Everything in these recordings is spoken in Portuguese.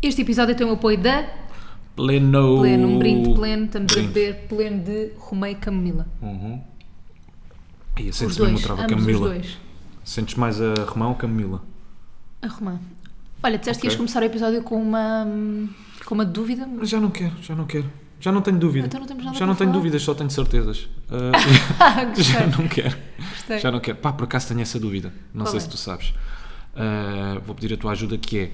Este episódio tem o apoio da Pleno. Pleno, um brinde pleno, estamos a Brinde. beber pleno de Romei Camomila. Ia Os Uhum. sentes mesmo dois, o trava ambos os Camomila. dois. Sentes mais a Romão ou Camomila? A Romã. Ah, Olha, disseste que Ok. ias começar o episódio com uma, hum, com uma dúvida, Mas já não quero, já não quero. Já não tenho dúvida. Então não temos nada já para não tenho falar. dúvidas, só tenho certezas. Ah, Ah, já gostei, não quero. gostei. Já não quero. Pá, por acaso tenho essa dúvida. Não Qual sei é? se tu sabes. Ah, vou pedir a tua ajuda que é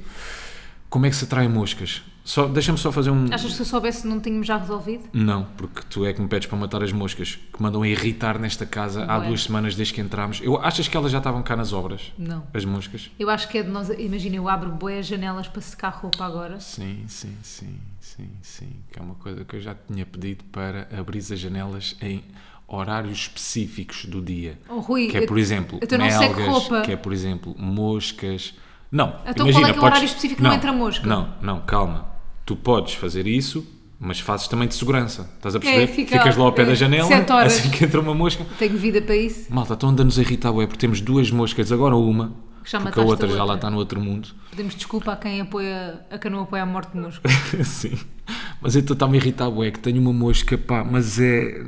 como é que se atraem moscas? Só, deixa-me só fazer um. Achas que se eu soubesse não tínhamos já resolvido? Não, porque tu é que me pedes para matar as moscas que mandam a irritar nesta casa há Bué. duas semanas desde que entramos. Eu, achas que elas já estavam cá nas obras? Não. As moscas? Eu acho que é de nós. Imagina, eu abro boas janelas para secar roupa agora. Sim, sim, sim, sim, sim. Que é uma coisa que eu já te tinha pedido para abrir as janelas em horários específicos do dia. Oh, Rui, que é, por exemplo, então não seco roupa. que é, por exemplo, moscas. Não, Então qual imagina, é que é o podes- horário específico que não entra mosca? Não, não, calma. Tu podes fazer isso, mas fazes também de segurança. Estás a perceber? É, fica- Ficas lá ao pé é, da janela, sete horas. assim que entra uma mosca. Tenho vida para isso. Malta, estão andando-nos a irritar, ué, porque temos duas moscas, agora uma, Que já mataste porque a a outra já outra. lá está no outro mundo. Pedimos desculpa a quem apoia, a quem não apoia a morte de mosca. Sim. Mas então está-me a irritar, bué, que tenho uma mosca, pá, mas é...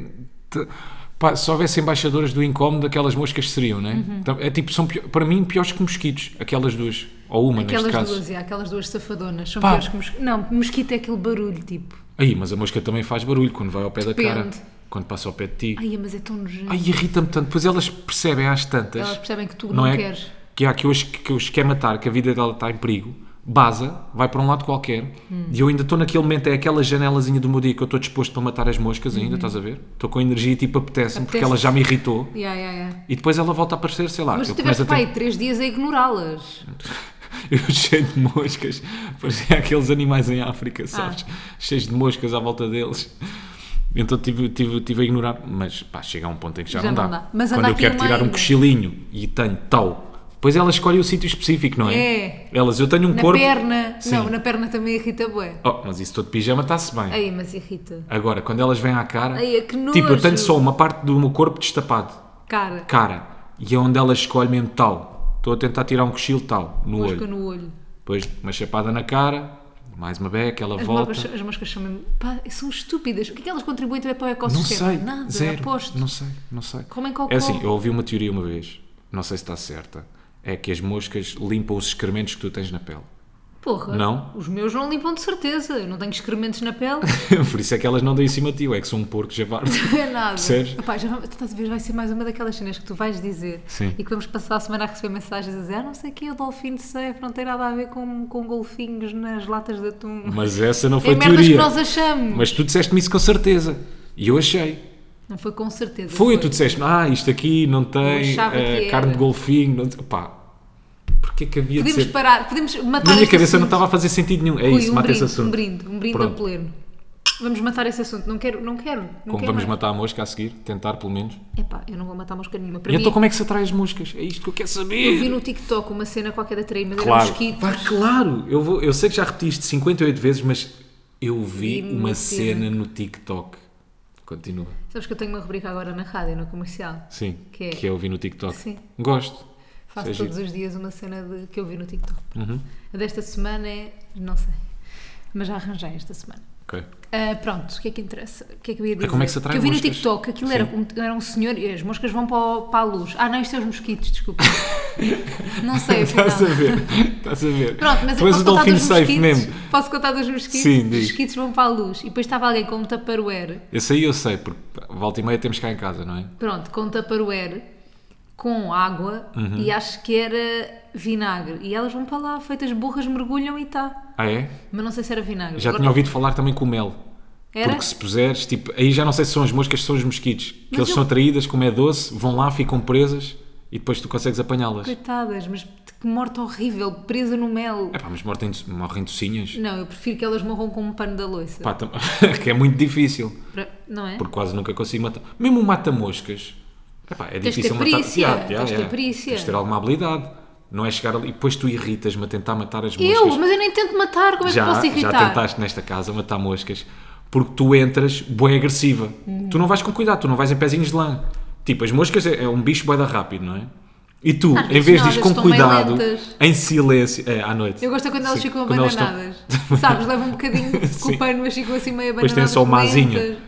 t- Pá, se houvesse embaixadoras do incómodo, aquelas moscas seriam, não é? Uhum. Então, É tipo, são, pior- para mim, piores que mosquitos, aquelas duas. Ou uma, Aquelas neste caso. duas, yeah, aquelas duas safadonas. São Pá. piores que mosquito. Não, mosquito é aquele barulho, tipo. Aí, mas a mosca também faz barulho quando vai ao pé da Depende. cara. Quando passa ao pé de ti. Ai, Ai, mas é tão nojento. irrita-me tanto. Pois elas percebem às tantas. Elas percebem que tu não é? queres. Que há que eu, as- que eu os quer matar, que a vida dela está em perigo. Baza, vai para um lado qualquer. Hum. E eu ainda estou naquele momento, é aquela janelazinha do meu dia que eu estou disposto para matar as moscas ainda, estás a ver? Estou com energia e tipo apetece-me, porque Uhum. Apetece-te. ela já me irritou. Yeah, yeah, yeah. E depois ela volta a aparecer, sei lá. Mas tu Ah, eu começo tiveste a ter... pai três dias a ignorá-las. Eu cheio de moscas, parecia aqueles animais em Ah. África, sabes? Cheios de moscas à volta deles. Então tive, tive, tive a ignorar, mas pá, chega a um ponto em que já, Já não dá. não dá. Mas Quando anda eu aqui quero uma tirar um ainda. cochilinho e tenho tal, pois ela escolhe o sítio específico, não é? É. Elas, eu tenho um Na corpo. perna. Sim. Não, na perna também irrita bué. Oh, mas isso todo de pijama está-se bem. Ai, mas irrita. Agora, quando elas vêm à cara, Ai, é que tipo, eu nojo. tenho só uma parte do meu corpo destapado Cara, cara, e é onde ela escolhe mesmo tal. Estou a tentar tirar um cochilo tal no mosca olho. no olho. Depois uma chapada na cara, mais uma beca, ela As volta. moscas, as moscas são mesmo. Pá, são estúpidas. O que é que elas contribuem também para o Não ecossistema? sei, Nada, zero. aposto. Não sei, não sei. Comem cocó. É assim, eu ouvi uma teoria uma vez, não sei se está certa, é que as moscas limpam os excrementos que tu tens na pele. Porra. Não? Os meus não limpam de certeza. Eu não tenho excrementos na pele. Por isso é que elas não dão em cima de ti, é que são um porco javardo. É nada. Percebes? Epá, já vamos- estás a ver, vai ser mais uma daquelas cenas que tu vais dizer Sim. e que vamos passar a semana a receber mensagens a dizer ah, não sei quem é o Dolfino de Ceif, não tem nada a ver com, com golfinhos nas latas de atum. Mas essa não é foi a merdas que teoria. nós achamos. Mas tu disseste-me isso com certeza. E eu achei. Não foi com certeza. Foi, tu disseste ah, isto aqui não Eu tem achava eh, que era. carne de golfinho, não... pá, porquê que havia Podemos de ser? parar, podemos matar Na minha este cabeça não assunto. estava a fazer sentido nenhum, é assim Rui, isso, um mata brinde, esse assunto. Um brinde, um brinde a Pronto. pleno. Vamos matar esse assunto. Não quero, não quero. Não Como quero vamos mais. matar a mosca a seguir, tentar pelo menos. Epá, eu não vou matar mosca nenhuma. Para e mim, então como é que se atrai as moscas? É isto que eu quero saber. eu vi no TikTok uma cena qualquer da trair, mas era Claro, mosquito. Pá, claro. Eu, vou, eu sei que já repeti isto 58 vezes, mas eu vi Vi uma no cena no TikTok. Continua. Sabes que eu tenho uma rubrica agora na rádio, no comercial. Sim, Que é? que é ouvir no TikTok. Sim. Gosto. Faço Seja- todos os dias uma cena de- que eu vi no TikTok. Uhum. A desta semana é. não sei. Mas já arranjei esta semana. Ok. Ah, pronto, o que é que interessa? O que é que eu ia dizer? como é que se atrai eu vi no moscas? TikTok, aquilo era um, era um senhor e as moscas vão para, o- para a luz. Ah, não, isto é os mosquitos, desculpa. não sei, afinal. Estás Tá a ver? Estás a ver? Pronto, mas tu posso és o contar Dolphin dos Safe mosquitos? mesmo. Posso contar dos mosquitos? Sim, os diz. mosquitos vão para a luz. E depois estava alguém com um tupperware Esse aí eu sei, porque pá, volta e meia temos cá em casa, não é? Pronto, com tupperware, com água Uhum. e acho que era vinagre. E elas vão para lá, feitas burras, mergulham e tá. Ah, é? Mas não sei se era vinagre. Já Agora- tinha ouvido falar também com o mel. Era? Porque se puseres, tipo, aí já não sei se são as moscas, se são os mosquitos. Que Mas eles eu- são atraídas, como é doce, vão lá, ficam presas e depois tu consegues apanhá-las. Coitadas, mas que morte horrível, presa no mel. É pá, mas morrem, morrem tocinhas. Não, eu prefiro que elas morram com um pano da louça. Pá, tam- que é muito difícil. Pra- Não é? Porque quase nunca consigo matar. Mesmo um mata-moscas. É pá, é Tens de difícil ter matar. perícia, Yeah, yeah, tens de ter yeah. perícia. Tens de ter alguma habilidade. Não é chegar ali. E depois tu irritas-me a tentar matar as moscas. Eu, mas eu nem tento matar, como é que já, posso já irritar? tentaste nesta casa matar moscas porque tu entras bué agressiva. Uhum. Tu não vais com cuidado, tu não vais em pezinhos de lã. Tipo, as moscas é, é um bicho bué da rápido, não é? E tu, Às em vezes vez não, de ir às vezes Ah, com estão bem cuidado, lentas. em silêncio, é, à noite. Eu gosto é quando elas Sim, ficam quando elas estão- abananadas. Sabes, levam um bocadinho com Sim. o pano, mas ficam assim meio Depois abananadas. tem só o mazinho, lentas.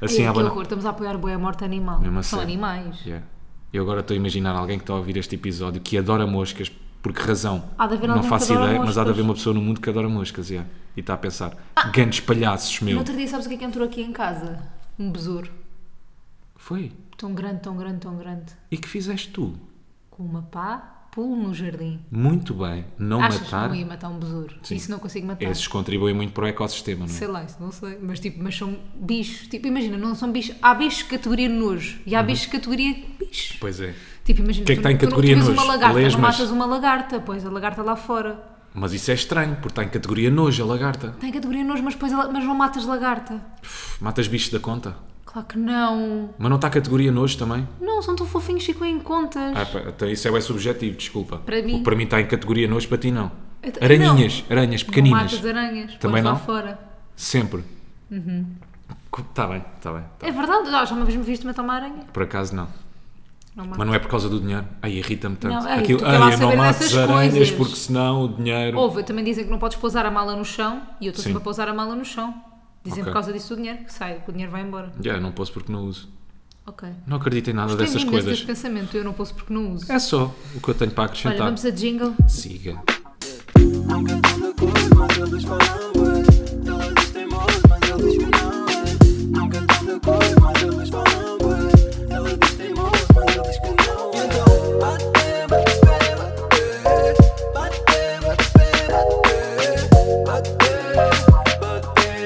assim, Ai, à que banana. horror, estamos a apoiar boia morta animal. Mesmo assim. a São sério. animais. Yeah. Eu agora estou a imaginar alguém que está a ouvir este episódio que adora moscas, por que razão? Há de haver não alguém que faço adora ideia, mas há moscas. de Ah! haver uma pessoa no mundo que adora moscas, yeah. e está a pensar, grandes palhaços, No meu. outro dia, sabes o que é que entrou aqui em casa? Um besouro. Foi. Tão grande, tão grande, tão grande. E que fizeste tu? Com uma pá, pulo no jardim. Muito bem. Não Achas matar, que não ia matar um besouro? Isso não consigo matar. esses contribuem muito para o ecossistema, não é? Sei lá, isso não sei. Mas tipo, mas são bichos. Tipo, imagina, não são bichos. Há bichos de categoria nojo e há bichos de categoria bicho. Uhum. Pois é. Tipo, imagina, O que é que tu, está em tu não- categoria tu vês nojo? uma lagarta, Lesmas? não matas uma lagarta, pões a lagarta lá fora. Mas isso é estranho, porque está em categoria nojo, a lagarta. Tem categoria nojo, mas, pões a la- mas não matas lagarta. Matas bichos da conta. Claro que não. Mas não está categoria nojo também? Não, são tão fofinhos, ficam em contas. Ah, pá, então isso é bem subjetivo, desculpa. Para mim- O que para mim está em categoria nojo, para ti não. Então, Aranhinhas, aranhas não pequeninas. matas aranhas, Também pões lá não? fora. Sempre. Uhum. Está bem, está bem. tá. É verdade, já, já uma vez me viste matar uma aranha. Por acaso não. Não matas. Mas não é por causa do dinheiro. Ai, irrita-me tanto. Não, ei, tu quer lá ai, eu não saber mates dessas aranhas coisas. porque senão o dinheiro. Houve, também dizem que não podes pousar a mala no chão e eu estou Sim. sempre a pousar a mala no chão. Dizem Ok. por causa disso o dinheiro que sai, que o dinheiro vai embora. Yeah, não posso porque não uso. Ok. Não acredito em nada Tem dessas imenso coisas. desse pensamento, eu não posso porque não uso. É só o que eu tenho para Olha, acrescentar. vamos a jingle. Siga. Nunca estão de acordo, mas eles falam bué. Eles têm modos, mas eles que não é. Nunca estão de acordo, mas eles falam bué. Eles têm modos, mas eles que não é. Então, bate, bate, bate, bate. Bate, bate,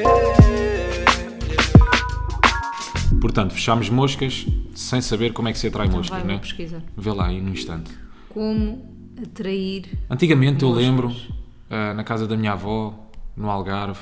bate, bate, bate. Portanto, fechámos moscas sem saber como é que se atrai moscas, Então vai, não vou é? pesquisar. Vê lá aí no instante. Como atrair Antigamente eu Moscas. lembro, ah, na casa da minha avó, no Algarve,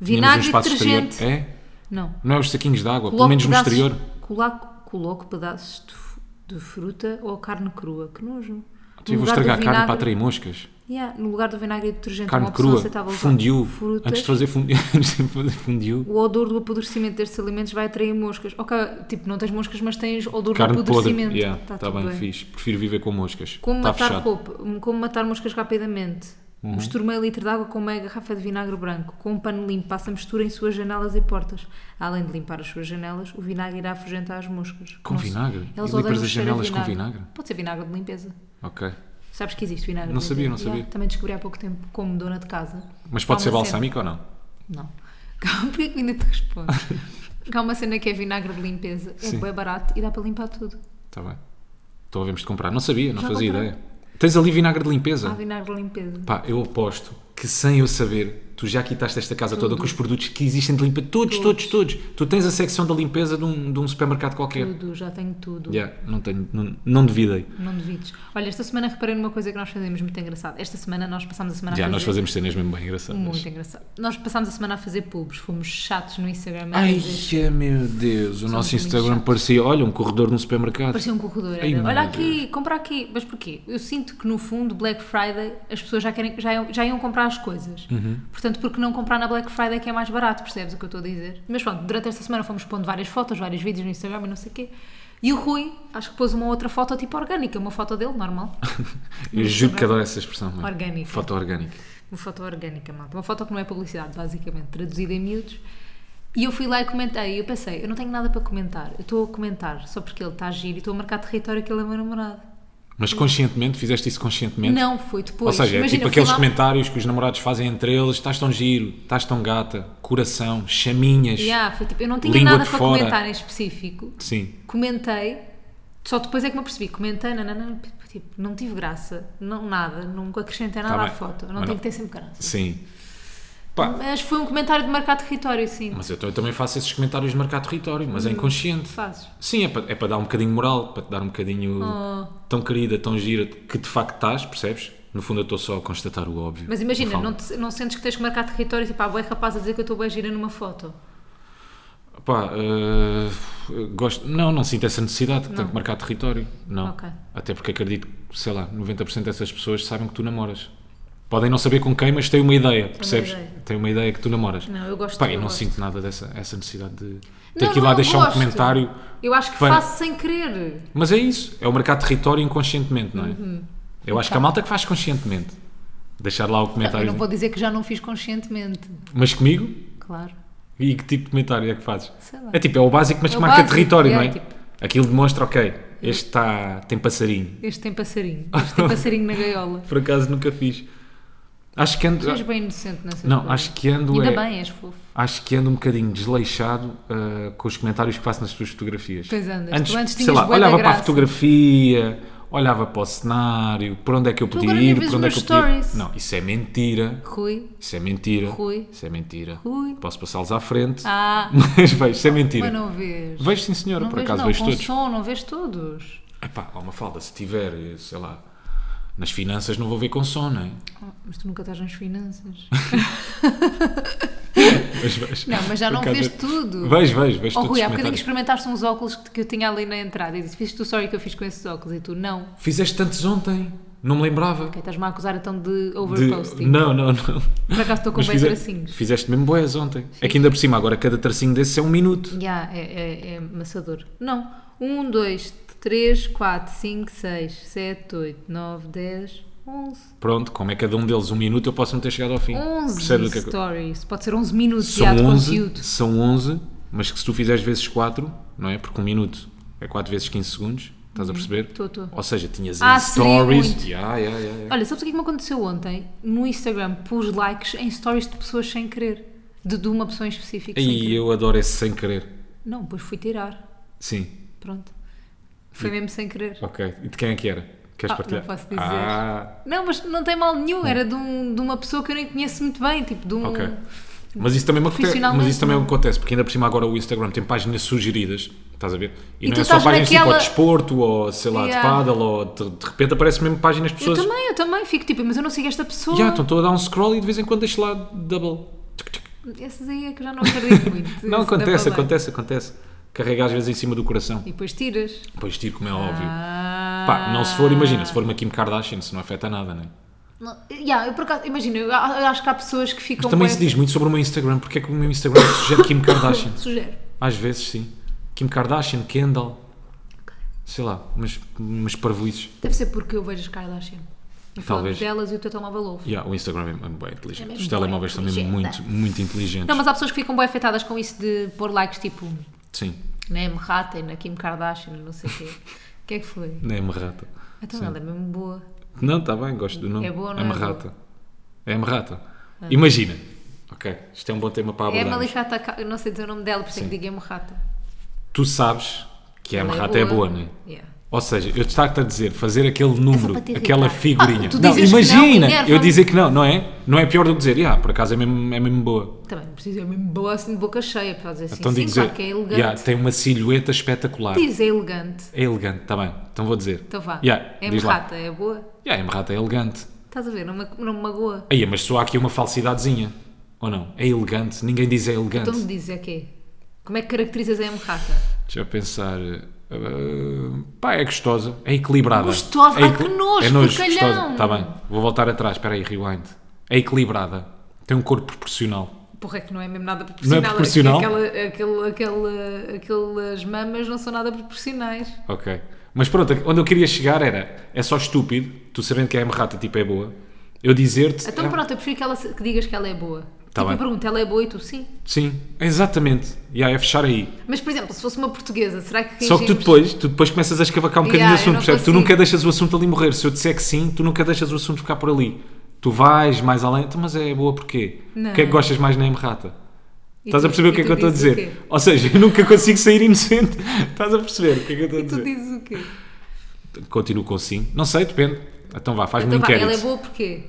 Vinagre tínhamos um e exterior. detergente. É? Não. Não é os saquinhos de água, pelo menos no pedaços- exterior. Coloco, coloco pedaços de, f- de fruta ou carne crua. Que nojo. Eu vou lugar do estragar a carne vinagre- Então para atrair moscas. Yeah, no lugar do vinagre e detergente, Carne uma opção crua, aceitável usar fundiu. frutas. Antes de fazer fundiu, antes de fazer fundiu. O odor do apodrecimento destes alimentos vai atrair moscas. Ok, tipo, não tens moscas, mas tens odor do Carne podre. apodrecimento. Tá Yeah, Está tudo bem, fixe. Prefiro viver com moscas. Como Está matar fechado. Uhum. roupa, como matar moscas rapidamente. Misture meio litro de água com meia garrafa de vinagre branco. Com um pano limpo, passa a mistura em suas janelas e portas. Além de limpar as suas janelas, o vinagre irá afugentar as moscas. Com Não se- vinagre? Elas E odeiam limpas o as cheiro a janelas com vinagre? Pode ser vinagre de limpeza. Ok. Sabes que existe vinagre Não de sabia, limpeza? não sabia. Yeah, também descobri há pouco tempo, como dona de casa. Mas pode Há ser uma balsâmico ou não? Não. Calma, porque é que ainda te respondo? Porque há uma cena que é vinagre de limpeza. É Sim. bem barato e dá para limpar tudo. Está bem. Então havemos de comprar. Não sabia, não Já fazia comprei. ideia. Tens ali vinagre de limpeza? Há vinagre de limpeza. Pá, eu aposto que sem eu saber, tu já quitaste esta casa toda com os produtos que existem de limpeza. Todos, todos, todos. Tu tens a secção da limpeza de um, de um supermercado qualquer. Tudo, já tenho tudo. Yeah, não, tenho, não, não duvidei. Não duvides. Olha, esta semana reparei numa coisa que nós fazemos muito engraçada. Esta semana nós passámos a semana Já, a fazer. nós fazemos cenas mesmo bem engraçadas. Muito engraçado. Nós passámos a semana a fazer pubs, fomos chatos no Instagram. a Ai, dizer- meu Deus, o nosso muito Instagram parecia, olha, um corredor num supermercado. Parecia um corredor. era, Ai, meu Olha aqui, compra aqui. Mas porquê? Eu sinto que no fundo, Black Friday, as pessoas já, querem, já, iam- já iam comprar as coisas. Uhum. Portanto, porque não comprar na Black Friday que é mais barato, percebes o que eu estou a dizer? Mas pronto, durante esta semana fomos pondo várias fotos, vários vídeos no Instagram e não sei o quê. E o Rui, acho que pôs uma outra foto tipo orgânica, uma foto dele, normal. Eu juro que adoro essa expressão. mano. Orgânica. Foto orgânica. Uma foto orgânica, malta. Uma foto que não é publicidade, basicamente, traduzida em miúdos. E eu fui lá e comentei. E eu pensei, eu não tenho nada para comentar. Eu estou a comentar só porque ele está a giro e estou a marcar território que ele é meu namorado. Mas conscientemente, fizeste isso conscientemente? Não, foi depois. Ou seja, é Imagina, tipo eu fui aqueles lá- comentários que os namorados fazem entre eles: estás tão giro, estás tão gata, coração, chaminhas. Yeah, foi tipo, eu não tinha Língua nada de para fora. comentar em específico. Sim. Comentei, só depois é que me apercebi. Comentei, não, não, não, tipo, não tive graça, não, nada, não acrescentei nada à Tá bem. foto. Não Mas tem não- que ter sempre graça. Sim. Pá, Mas foi um comentário de marcar território, sim. mas eu, t- eu também faço esses comentários de marcar território, mas é Hum. inconsciente. Fazes. Sim, é para é para dar um bocadinho de moral, para te dar um bocadinho Oh. tão querida, tão gira, que de facto estás, percebes? No fundo eu estou só a constatar o óbvio. Mas imagina, Fala. não, te- não sentes que tens que marcar território tipo, ah, boi rapaz a dizer que eu estou bem gira numa foto. Pá, eh, gosto. Não, não sinto essa necessidade, que tenho que marcar território. Não. Ok. Até porque acredito que, sei lá, 90% dessas pessoas sabem que tu namoras. Podem não saber com quem, mas têm uma ideia, percebes? ideia. tem uma ideia que tu namoras. Não, eu gosto Pá, eu eu não gosto. sinto nada dessa essa necessidade de ter Não, que ir lá não deixar gosto. um comentário. Eu acho que Para- faço sem querer. Mas é isso, é o mercado de território inconscientemente, não é? Eu acho que há malta que faz conscientemente. Deixar lá o Uhum. Não, eu comentário. não vou dizer que já não fiz conscientemente. Mas comigo? Claro. E que tipo de comentário é que fazes? Sei lá. É tipo, é o básico, mas É que o marca básico, território, é, não é? tipo- Aquilo demonstra, ok, este tá, tem passarinho. Este tem passarinho. Este tem passarinho na gaiola. Por acaso nunca fiz. Acho que ando. Tu és bem inocente nessas Não, coisas. acho que ando. é Ainda é- bem, és fofo. acho que ando um bocadinho desleixado ah, com os comentários que faço nas tuas fotografias. Pois andas. Tu antes sei tinhas lá, bué da olhava para a graça. fotografia, olhava para o cenário, por onde é que eu podia agora nem ir, vês por onde é os que eu meus podia. stories. Não, isso é mentira. Rui. Isso é mentira. Rui. Isso é mentira. Rui. Posso passá-los à frente, Ah, mas vejo, isso é mentira. mas não vês. Vejo sim, senhora, não por vês, acaso não. vejo Com todos. som, não vês todos. Epá, há uma falda, se tiver, eh, sei lá, nas finanças não vou ver com som, não é? Ah, mas tu nunca estás nas finanças. Mas vejo. Não, mas já Por não acaso- vês tudo. Vejo, Oh, vejo, vejo todos Rui, os há bocadinho comentários. experimentaste uns óculos que, que eu tinha ali na entrada e disse: Fizeste tu sorry que eu fiz com esses óculos? E tu, não. Fizeste tantos ontem, não me lembrava. Ok, estás-me a acusar então de De- overposting. Não, não, não. Por acaso estou com Mas bem fize- tracinhos. Fizeste mesmo boés ontem. É que ainda por cima, agora cada tracinho desses é um minuto. Já, é, é, é maçador. Não. 1, 2, 3, 4, 5, 6, 7, 8, 9, 10, 11. Pronto, como é cada um deles um minuto, eu posso não ter chegado ao fim. 11 Percebe o que é que- stories. Pode ser 11 minutos já São de 11, conteúdo. são 11, mas que se tu fizeres vezes 4, não é? Porque um minuto é 4 vezes 15 segundos, estás a perceber? Estou, estou. Ou seja, tinhas Uhum. Ah, em seria stories. muito. Ya, ya, ya, ya. Olha, sabes o que é que me aconteceu ontem? No Instagram pus likes em stories de pessoas sem querer. De, de uma pessoa em específico. sem E querer. eu adoro esse sem querer. Não, depois fui tirar. Sim, Pronto. Foi mesmo sem querer. ok. E de quem é que era? Queres Ah, partilhar? não posso dizer. Ah, Não, mas não tem mal nenhum. Era de, um- de uma pessoa que eu nem conheço muito bem. Tipo, de um. Hum. ok. Mas isso também me acontece, mas Profissionalmente, isso também não. acontece, porque ainda por cima agora o Instagram tem páginas sugeridas, estás a ver? E, E não tu é só estás páginas tipo ou naquela- de desporto, ou sei lá, Ya. de paddle, ou de, de repente aparecem mesmo páginas de Eu pessoas. também, eu também. Fico tipo, mas eu não sigo esta pessoa. Ya, então estou a dar um scroll e de vez em quando deixo lá double. Tic, tic. Esses aí é que já não acredito muito. Não, Esse da acontece, Balé. acontece, acontece. Carrega às vezes em cima do coração. E depois tiras. Depois tiro, como é óbvio. Ah. Pá, não se for, imagina, se for uma Kim Kardashian, isso não afeta nada, não é? Não, yeah, eu por acaso, imagina, eu, a- eu acho que há pessoas que ficam. Mas também bué- assim, se diz muito sobre o meu Instagram, porque é que o meu Instagram sugere Kim Kardashian? Sugere. Às vezes, sim. Kim Kardashian, Kendall, sei lá, umas, umas parvoices. Deve ser porque eu vejo as Kardashian. E falo Talvez. delas e o teu telemóvel ouve. Yeah, o Instagram é bem inteligente. É Os bem telemóveis são mesmo inteligente. é? muito, muito inteligentes. Não, mas há pessoas que ficam bem afetadas com isso de pôr likes tipo Sim, na M. Rata e na Kim Kardashian e não sei o quê. O que é que foi? não é merrata. Então Sim. Tá ela é mesmo boa. Não, está bem, gosto do nome. É boa ou não é Ah. merrata. É merrata. Imagina. Ok, isto é um bom tema para É a abordar. Malika Taka- eu não sei dizer o nome dela, por isso é que digo M. Rata. tu sabes que a Ela é merrata é boa. boa, não é? Yeah. Ou seja, eu destaco-te a dizer, fazer aquele É só número, para te aquela irritar. figurinha. Ah, tu não, dizes que não, imagina, eu enerva-me. dizer que não, não é? Não é pior do que dizer, ah, por acaso é mesmo, é mesmo boa. Também não precisa, é mesmo boa assim de boca cheia, para dizer assim, Então sim, digo dizer, claro que é elegante. "Ya, tem uma silhueta espetacular. Diz é elegante. É elegante, está bem, então vou dizer. Então vá. Ya, é diz lá. rata, é boa. Ya, a merrata é elegante. Estás a ver? Não me, não me magoa. Aí, mas só há aqui uma falsidadezinha. Ou não? É elegante, ninguém diz é elegante. Então me dizes é que é. Como é que caracterizas a M-Rata? Deixa eu pensar. eh, pá, é gostosa, é equilibrada. Gostosa? é Ai, que nojo, porcalhão! Está bem, vou voltar atrás, espera aí, rewind. É equilibrada, tem um corpo proporcional. Porra, é que não é mesmo nada Não proporcional. é proporcional? Aquela, aquele, aquele, aquelas mamas não são nada proporcionais. Ok. Mas pronto, onde eu queria chegar era, é só estúpido, tu sabendo que a M-Rata tipo é boa, eu dizer-te... Então ah, pronto, eu prefiro que, ela, se- que digas que ela é boa. Tá tipo, bem. eu pergunto, ela é boa e tu sim? Sim, exatamente. E aí é fechar aí. Mas, por exemplo, se fosse uma portuguesa, será que... Só que tu fingimos- depois, tu depois começas a escavacar um bocadinho Yeah, o eu assunto, não percebes? Tu consigo. nunca deixas o assunto ali morrer. Se eu disser que sim, tu nunca deixas o assunto ficar por ali. Tu vais mais além, então, mas é boa porquê? Não. O que é que gostas mais na M-Rata? E Estás tu- a perceber o e que é tu que eu estou a dizes o dizer? quê? Ou seja, eu nunca consigo sair inocente. Estás a perceber o que é que eu estou a E tu dizer? dizes o quê? Continuo com sim. Não sei, depende. Então vá, faz-me Então um vá, ela é inquérito. boa porquê?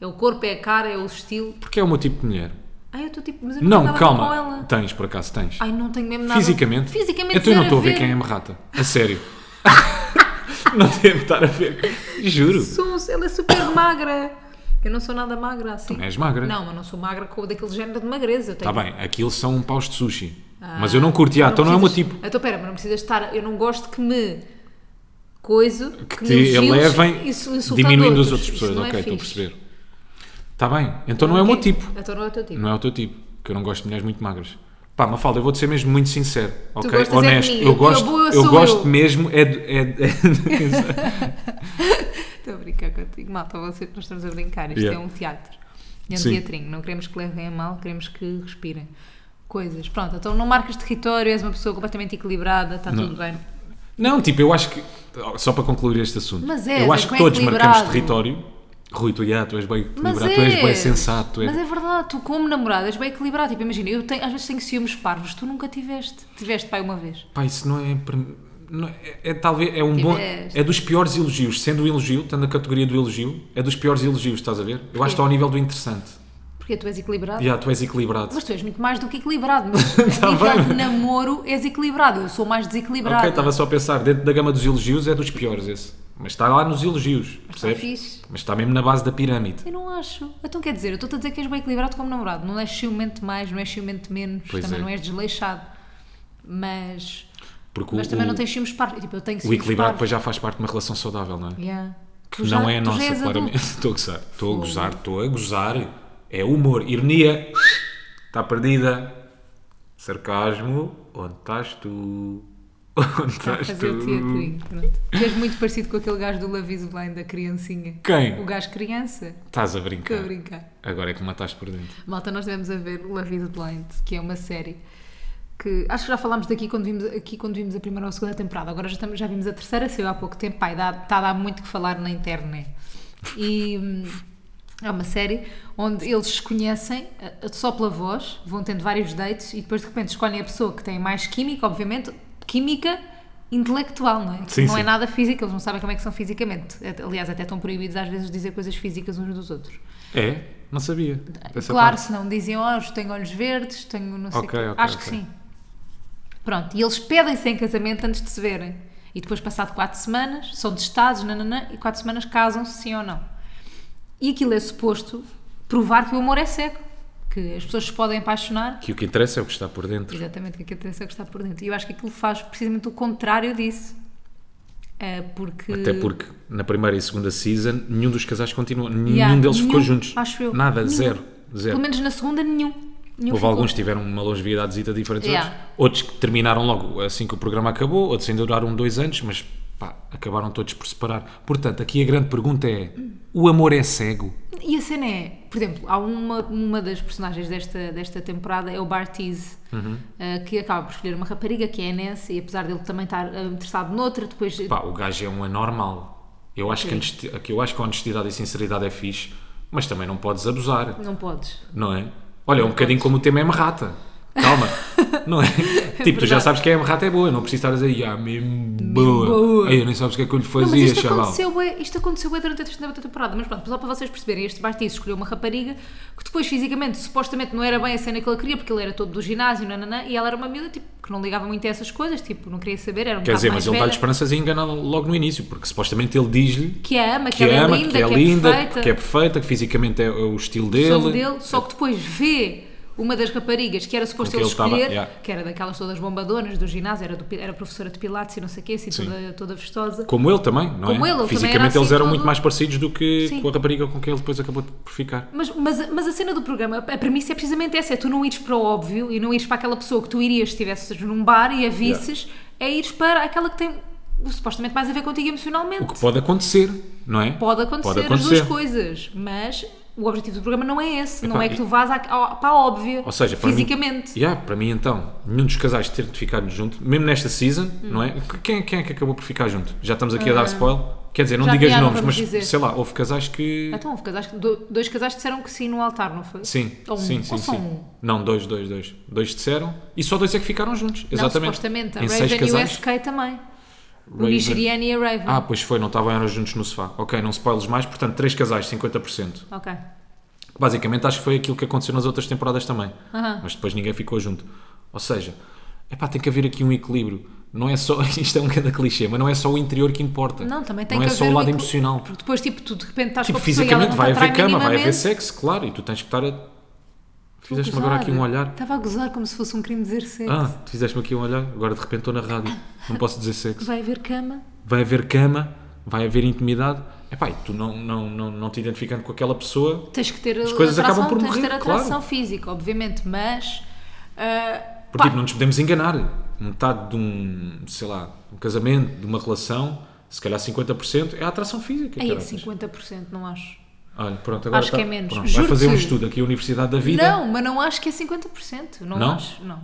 É o corpo, é a cara, é o estilo. Porque é o meu tipo de mulher. Ai, eu estou tipo... Mas eu Não, nada com calma. ela. Tens, por acaso, tens. Ai, não tenho mesmo nada... Fisicamente? Fisicamente Então eu não zero estou a ver quem é M-Rata. A sério. não devo estar a ver. Juro. Sou- ela é super magra. Eu não sou nada magra assim. És magra. Não, mas não sou magra com daquele género de magreza. Eu tenho... Está Tá bem, aquilo são paus de sushi. Ah, mas eu não curto, já, então não é o meu precisas- tipo. Então pera, mas não precisas estar. Eu não gosto que me coiso, que, Que me te elogies elevem insu- insultando diminuindo as outros. outras Isso pessoas. não é Ok, estou a fixe. perceber. Está bem, então não é o meu Ok. tipo. Então não é o teu tipo. Não é o teu tipo, que eu não gosto de mulheres muito magras. Pá, Mafalda, eu vou-te ser mesmo muito sincero, ok? gostas é de Honesto. mim, eu eu- gosto, eu- eu eu sou gosto eu. mesmo, é, de- é, de- é de- Estou a brincar contigo. Malta, você, nós estamos a brincar. Isto Yeah. é um teatro. É um Sim. teatrinho. Não queremos que levem a mal, queremos que respirem. Coisas. Pronto, então não marcas território, és uma pessoa completamente equilibrada, está Não. tudo bem. Não, tipo, eu acho que. Só para concluir este assunto. Mas és, eu és acho que bem todos equilibrado. marcamos território. Rui, tu, yeah, tu és bem equilibrado, tu és bem sensato. tu és- é- Mas é verdade, tu como namorada és bem equilibrado. Tipo, imagina, eu tenho, às vezes tenho ciúmes parvos, tu nunca tiveste. Tiveste, pai, uma vez. Pá, isso não é. per- não é- é, é talvez. É um bom. Tiveste. É dos piores elogios. Sendo um elogio, estando na categoria do elogio, é dos piores elogios, estás a ver? Eu acho que está ao nível do interessante. Porque tu és equilibrado. Yeah, tu és equilibrado. Mas tu és muito mais do que equilibrado. Mas a nível bem. de namoro és equilibrado. Eu sou mais desequilibrado. Ok, tá estava só a pensar, dentro da gama dos elogios é dos piores esse. Mas está lá nos elogios, está percebes? Tá fixe. Mas está mesmo na base da pirâmide. Eu não acho. Então quer dizer, eu estou-te a dizer que és bem equilibrado como namorado. Não és ciumente mais, não és ciumente menos, Pois também é. não és desleixado. Mas, Porque mas o, também o- não tens ciúmes parvos. Tipo, eu tenho o ciúmes equilibrado depois parvos. já faz parte de uma relação saudável, não é? Yeah. Tu Que já- não é a tu já nossa, és claramente. adulto. Estou a gozar, estou a Fogo. gozar, estou a gozar. É humor, ironia. Está perdida. Sarcasmo, onde estás tu? Onde Está a estás fazer o tu? teatrinho, pronto. Tu és muito parecido com aquele gajo do Love is Blind, da criancinha. O Quem? gajo criança. Estás a Estou a brincar. brincar. Agora é que me mataste por dentro. Malta, nós estivemos a ver Love is Blind, que é uma série que acho que já falámos daqui quando vimos, aqui quando vimos a primeira ou a segunda temporada. Agora já, estamos, já vimos a terceira, saiu há pouco tempo. Pai, dá, está a dar muito que falar na internet. E hum, é uma série onde eles se conhecem eh, só pela voz, vão tendo vários dates e depois de repente escolhem a pessoa que tem mais química, obviamente, química intelectual, não é? Sim, não é sim. nada físico, eles não sabem como é que são fisicamente. Aliás, até estão proibidos às vezes de dizer coisas físicas uns dos outros. É? Não sabia. Essa Claro, parte. se não diziam, oh, eu tenho olhos verdes, tenho não sei o Ok, quê. ok, Acho que ok. sim. Pronto, e eles pedem-se em casamento antes de se verem. E depois, passado quatro semanas, são testados, nananã, e quatro semanas casam-se, sim ou não. E aquilo é suposto provar que o amor é cego, que as pessoas se podem apaixonar. Que o que interessa é o que está por dentro. Exatamente, que a criança que está por dentro. E eu acho que aquilo faz precisamente o contrário disso. É, porque... Até porque na primeira e segunda season nenhum dos casais continuou, Yeah, nenhum deles ficou nenhum, juntos. acho eu. Nada, Nenhum. zero. zero. Pelo menos na segunda, nenhum. nenhum Houve ficou. alguns que tiveram uma longevidade diferente dos Yeah. outros. Outros que terminaram logo assim que o programa acabou, outros ainda duraram dois anos, mas pá, acabaram todos por separar. Portanto, aqui a grande pergunta é: o amor é cego? E a cena é, por exemplo, há uma, uma das personagens desta, desta temporada é o Bartiz, Uhum. eh, que acaba por escolher uma rapariga que é a Nancy, e apesar dele também estar eh, interessado noutra, depois. Pá, o gajo é um anormal. Eu acho, que, honesti- que eu acho que a honestidade e sinceridade é fixe, mas também não podes abusar, Não podes. não é? Olha, é um bocadinho como o tema é rata. Calma, não é? Tipo, tu já verdade. sabes que a rata é boa, não precisas estar a dizer, ah, mesmo boa. boa." Ei, nem sabes o que é que eu lhe Não, mas fazia, isto chaval. aconteceu, bué- isto aconteceu bué durante a terceira temporada. Mas pronto, só para vocês perceberem, este Bartiz escolheu uma rapariga que depois fisicamente, supostamente, não era bem a cena que ele queria, porque ele era todo do ginásio, nananã, e ela era uma miúda tipo, que não ligava muito a essas coisas, tipo, não queria saber, era um Quer bocado dizer, mais mas ele dá-lhe velha. esperanças e engana logo no início, porque supostamente ele diz-lhe Que a ama, que, que ela ama, é linda, que é linda, perfeita. que é perfeita, que fisicamente é o estilo dele. Soube dele, só que depois vê uma das raparigas que era suposto Com ele que ele estava- escolher, yeah. que era daquelas todas bombadonas do ginásio, era, do pi- era professora de pilates e não sei o quê, assim, Sim. toda, toda vestosa. Como ele também, não Como ele, é? ele também fisicamente era assim eles eram todo- muito mais parecidos do que Sim. com a rapariga com quem ele depois acabou de- por ficar. Mas, mas, mas a cena do programa, a premissa é precisamente essa: é tu não ires para o óbvio e não ires para aquela pessoa que tu irias se estivesses num bar e a visses, é ires para aquela que tem supostamente mais a ver contigo emocionalmente. O que pode acontecer, não é? Pode acontecer, as duas coisas, mas o objetivo do programa não é esse, não Epá, é que e- tu vás à- ao- para a óbvia, Ou seja, para fisicamente. Mim, Yeah, para mim, então, nenhum dos casais ter ficado junto, mesmo nesta season, Hum. não é? Que- Quem, quem é que acabou por ficar junto? Já estamos aqui a dar spoiler? Quer dizer, não Ah, já- digas já não nomes, vamos mas dizer. sei lá, houve casais que. Então, houve casais, que- do- dois casais disseram que sim no altar, não foi? Sim, Ou um, sim, sim, ou só sim. um. Não, dois, dois, dois. Dois disseram e só dois é que ficaram juntos. Exatamente. Não, supostamente. A em seis Raven e o é? casais. SK também. O Raven. nigeriano e a Raven. Ah, pois foi, não estavam eram juntos no sofá. Ok, não spoilers mais, portanto, três casais, 50%. Ok. Basicamente, acho que foi aquilo que aconteceu nas outras temporadas também. Aham. Mas depois ninguém ficou junto. Ou seja, epá, tem que haver aqui um equilíbrio. Não é só, isto é um grande clichê, mas não é só o interior que importa. Não, também tem Não que é só haver o um lado equil- emocional. Porque depois, tipo, tu de repente estás Tipo, com a pessoa e ela fisicamente não vai te atrai haver cama, vai haver minimamente. sexo, claro, e tu tens que estar a. Estou a Fizeste-me agora gozar. aqui um olhar. Estava a gozar como se fosse um crime dizer sexo. Ah, tu fizeste-me aqui um olhar, agora de repente estou na rádio, não posso dizer sexo. Vai haver cama. Vai haver cama, vai haver intimidade. Epá, e tu não, não, não, não te identificando com aquela pessoa, Tens que ter As coisas atração, acabam por tens que ter morrer, atração claro. física, obviamente, mas. ah, porque pá, tipo, não nos podemos enganar. Metade de um, sei lá, um casamento, de uma relação, se calhar 50% é a atração física. aí é caraças. 50%, não acho. Olha, pronto, agora Acho tá- que é menos. pronto, vai Juro-te. fazer um estudo aqui, a Universidade da Vida. Não, mas não acho que é 50%. Não, Não? acho, não.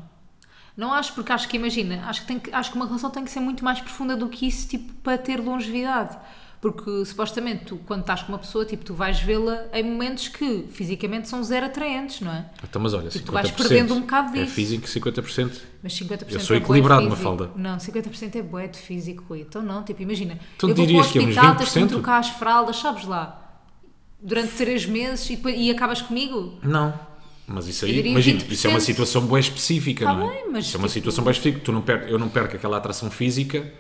Não acho, porque acho que, imagina, acho que, tem que, acho que uma relação tem que ser muito mais profunda do que isso, tipo, para ter longevidade. Porque, supostamente, tu, quando estás com uma pessoa, tipo, tu vais vê-la em momentos que, fisicamente, são zero atraentes, não é? Então, mas olha, 50%. Tu vais perdendo um bocado É disso. físico, 50%. Mas 50% Eu sou é bué de equilibrado, físico. Mafalda. Não, 50% é bué de físico, Rui. Então não, tipo, imagina. Então eu vou para o dirias que é uns hospital, tens que me 20%? trocar as fraldas, sabes lá. Durante 3 meses e, depois- e acabas comigo? Não. Mas isso Eu aí, diria imagina, isso é uma 20%. situação bem específica, Tá não é? bem, mas isso é uma tipo- situação bem específica. Tu não per... Eu não perco aquela atração física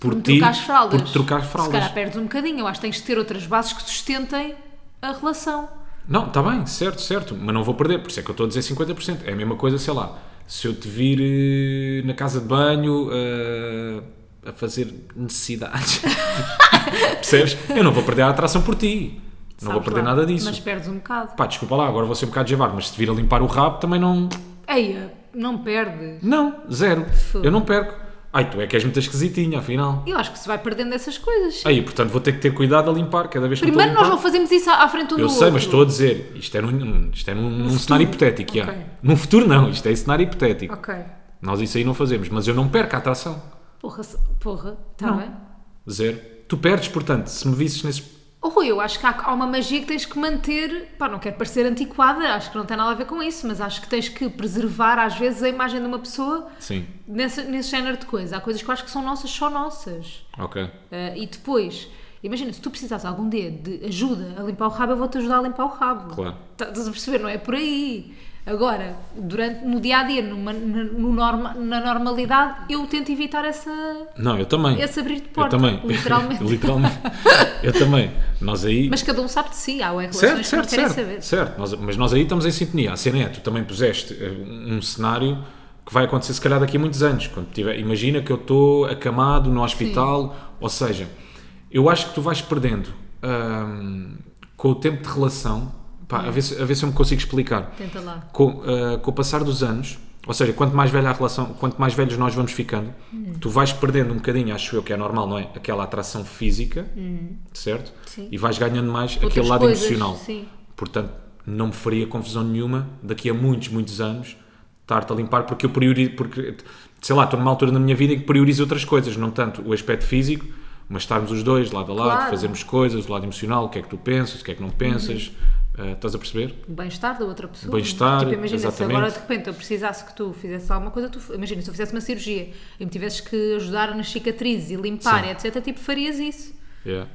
por Por ti, trocar as fraldas. por te trocar Se fraldas. calhar perdes um bocadinho. Eu acho que tens de ter outras bases que sustentem a relação. Não, está bem, certo, certo, mas não vou perder, por isso é que eu estou a dizer 50%. É a mesma coisa, sei lá, se eu te vir eh, na casa de banho eh, a fazer necessidades, percebes? Eu não vou perder a atração por ti, não vou sabes perder lá. nada disso. Mas perdes um bocado. Pá, desculpa lá, agora vou ser um bocado javar, mas se te vir a limpar o rabo também não. Eia, não perdes. Não, zero. Fogo. Eu não perco. Ai, tu é que és muito esquisitinha, afinal. Eu acho que se vai perdendo essas coisas. sim. Aí, portanto, vou ter que ter cuidado a limpar cada vez que eu Primeiro estou a nós não limpar. fazemos isso à à frente um do Eu outro. sei, mas estou a dizer, isto é num, isto é num, num cenário hipotético. já. Ok. Num futuro, não, isto é um cenário hipotético. Ok. Nós isso aí não fazemos, mas eu não perco a atração. Porra, se- porra. Está Não. bem? Zero. Tu perdes, portanto, se me visses nesses. Oh, Rui, eu acho que há, há uma magia que tens que manter. Pá, não quero parecer antiquada, acho que não tem nada a ver com isso, mas acho que tens que preservar às vezes a imagem de uma pessoa Sim, nessa- nesse género de coisa. Há coisas que eu acho que são nossas, só nossas. ok. Ah, e depois, imagina, se tu precisares algum dia de ajuda a limpar o rabo, eu vou-te ajudar a limpar o rabo. Claro. Tá- Estás a perceber? Não é por aí. Agora, durante, no dia a dia, numa, na, no norma- na normalidade, eu tento evitar essa. Não, eu também. Esse abrir de porta, Eu também. literalmente. literalmente. Eu também. Nós aí. Mas cada um sabe de si, há ué, relações Certo, que certo, não querem certo, saber. certo. Nós- mas nós aí estamos em sintonia. A cena é, tu também puseste eh, um um cenário que vai acontecer se calhar daqui a muitos anos. Quando tiver, imagina que eu estou acamado no hospital, ou seja, eu acho que tu vais perdendo hum, com o tempo de relação, pá, É. a, ver se, a ver se eu me consigo explicar. Tenta lá. Com, ah, com o passar dos anos, ou seja, quanto mais velha a relação, quanto mais velhos nós vamos ficando, Hum. tu vais perdendo um bocadinho, acho eu que é normal, não é? Aquela atração física, certo? Hum. Sim. E vais ganhando mais aquele Outras lado coisas, emocional. sim. Portanto, não me faria confusão nenhuma daqui a muitos, muitos anos estar-te a limpar porque eu priorizo, porque sei lá, estou numa altura da minha vida em que priorizo outras coisas, não tanto o aspecto físico, mas estarmos os dois lado a lado, Claro. fazermos coisas, o lado emocional, o que é que tu pensas, o que é que não pensas, ah, estás a perceber? O bem-estar da outra pessoa. Bem-estar, Tipo, imagina se exatamente. agora de repente eu precisasse que tu fizesse alguma coisa, tu, imagina se eu fizesse uma cirurgia e me tivesses que ajudar nas cicatrizes e limpar, Sim. etc. Tipo, farias isso. Yeah.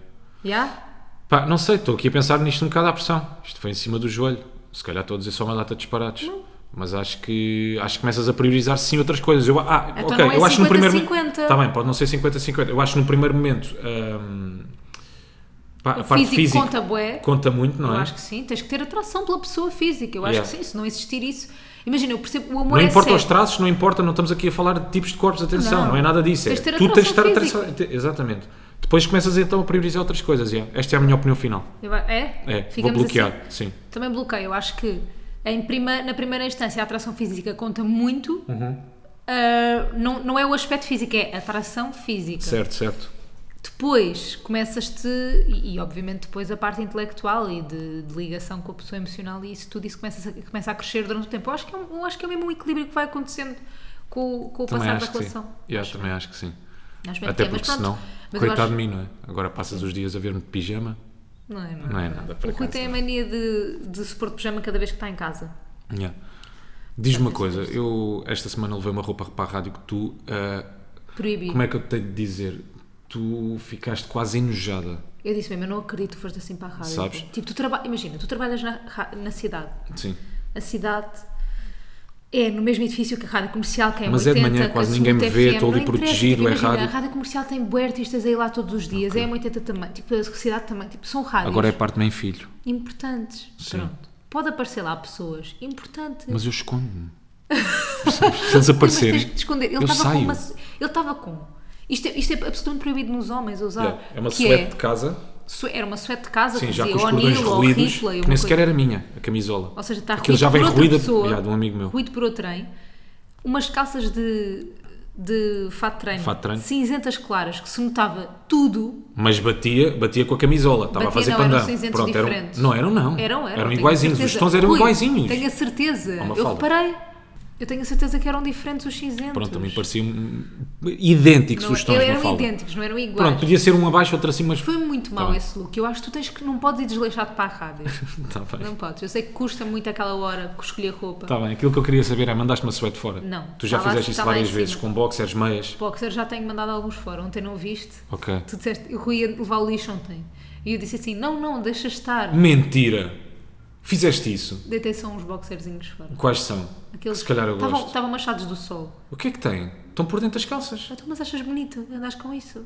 Já? Pá, não sei, estou aqui a pensar nisto um bocado à pressão. Isto foi em cima do joelho. Se calhar estou a dizer só uma data de disparates. Mas acho que acho que começas a priorizar sim outras coisas. Eu, ah, Então ok, não é eu acho no primeiro 50-50. Está bem, pode não ser 50-50. Eu acho no primeiro momento. hum, pá, a O parte físico física conta bué. conta muito, não eu é? acho que sim. Tens que ter atração pela pessoa física. Eu acho Yeah. que sim. Se não existir isso. Imagina, eu percebo. O amor Não é importa cego. os traços, não importa, não estamos aqui a falar de tipos de corpos, atenção, Não. não, é nada disso. Tens é, de ter tu tens de estar atração atração. Exatamente. Depois começas então a priorizar outras coisas. yeah. Esta é a minha opinião final. Eu a- É? É, Ficamos vou bloquear, assim? sim. Também bloqueio. Eu acho que em prima, na primeira instância a atração física conta muito. Uhum. Ah, não, não é o aspecto físico, é atração física. Certo, certo. Depois começas-te, e, e, obviamente depois a parte intelectual e de, de ligação com a pessoa emocional e isso tudo isso começa a, começa a crescer durante o tempo. Eu acho que é, um- eu acho que é mesmo um equilíbrio que vai acontecendo com, o- com o passar da relação. que sim. Yeah, também acho que sim. Acho mesmo Até que é, mas porque senão, pronto. Mas eu coitado acho- de mim, não é? Agora passas os dias a ver-me de pijama. Não é, Não é nada, por O Rui acaso, tem a não. mania de, de se pôr de pijama cada vez que está em casa. Yeah. Diz-me uma coisa, eu esta semana levei uma roupa para a rádio que tu, ah, Proibido. como é que eu te tenho de dizer? Tu ficaste quase enojada. Eu disse mesmo, eu não acredito que foste assim para a rádio. Sabes? Tipo, tu traba... imagina, tu trabalhas na, ra- na cidade. Sim. A cidade é no mesmo edifício que a rádio comercial, que é em Mas é de 80, manhã, que quase a ninguém me Sul vê, FM, estou ali não interessa, protegido, tipo, é imagina, rádio. A rádio comercial tem bué artistas aí lá todos os dias, é a 80 também. Tipo, a sociedade também. Tipo, são rádios Agora é parte de mim filho. importantes. Sim. Pronto. Pode aparecer lá pessoas importantes. Mas eu escondo-me. Percebes? Se eles aparecerem, Mas tens que te esconder. Ele eu estava com saio. uma. Ele estava com. Isto é, isto é absolutamente proibido nos homens usar. Yeah, É uma que suéte de casa, su- era uma suéte de casa Sim, que já dizia com os cordões O'Neill ou ruídos, Ripley. que uma nem coisa. sequer era minha, a camisola. Ou seja, está Aquilo já vem ruído por ruído outra pessoa. já, de um amigo meu. Ruído por outro trem. Umas calças de, de fato de treino. Fato de treino. Cinzentas claras, que se notava tudo. Mas batia, batia com a camisola, estava a Batia, fazer não, eram pandan. cinzentos Pronto, eram, diferentes. não eram não. Eram, eram. tenho a iguaizinhos, os certeza. tons eram Rui, iguaizinhos. Tenho a certeza. Há uma Eu falda. reparei. Eu tenho a certeza que eram diferentes os cinzentos. Pronto, a mim pareciam hum, idênticos não, um os tons Eram na falda. idênticos, não eram iguais. Pronto, podia ser um abaixo, outro acima, mas Foi muito mau bem. esse look. Eu acho que tu tens que. Não podes ir desleixado para a rádio. está tá bem. não podes. Eu sei que custa muito aquela hora que escolher roupa. Está bem, aquilo que eu queria saber é, mandaste uma suéte fora? Não, Tu já está lá- fizeste isso está lá várias em cima. vezes, com boxers, meias. Boxer já tenho mandado alguns fora. Ontem não viste. Ok. Tu disseste, o Rui ia levar o lixo ontem. E eu disse assim: não, não, deixa estar. Mentira! Fizeste isso? Deitei só uns boxerzinhos fora. Quais são? Aqueles Se calhar eu estavam- gosto. Estavam machados do sol. O que é que tem? Estão por dentro das calças. Ah, tu, mas achas bonito, andas com isso.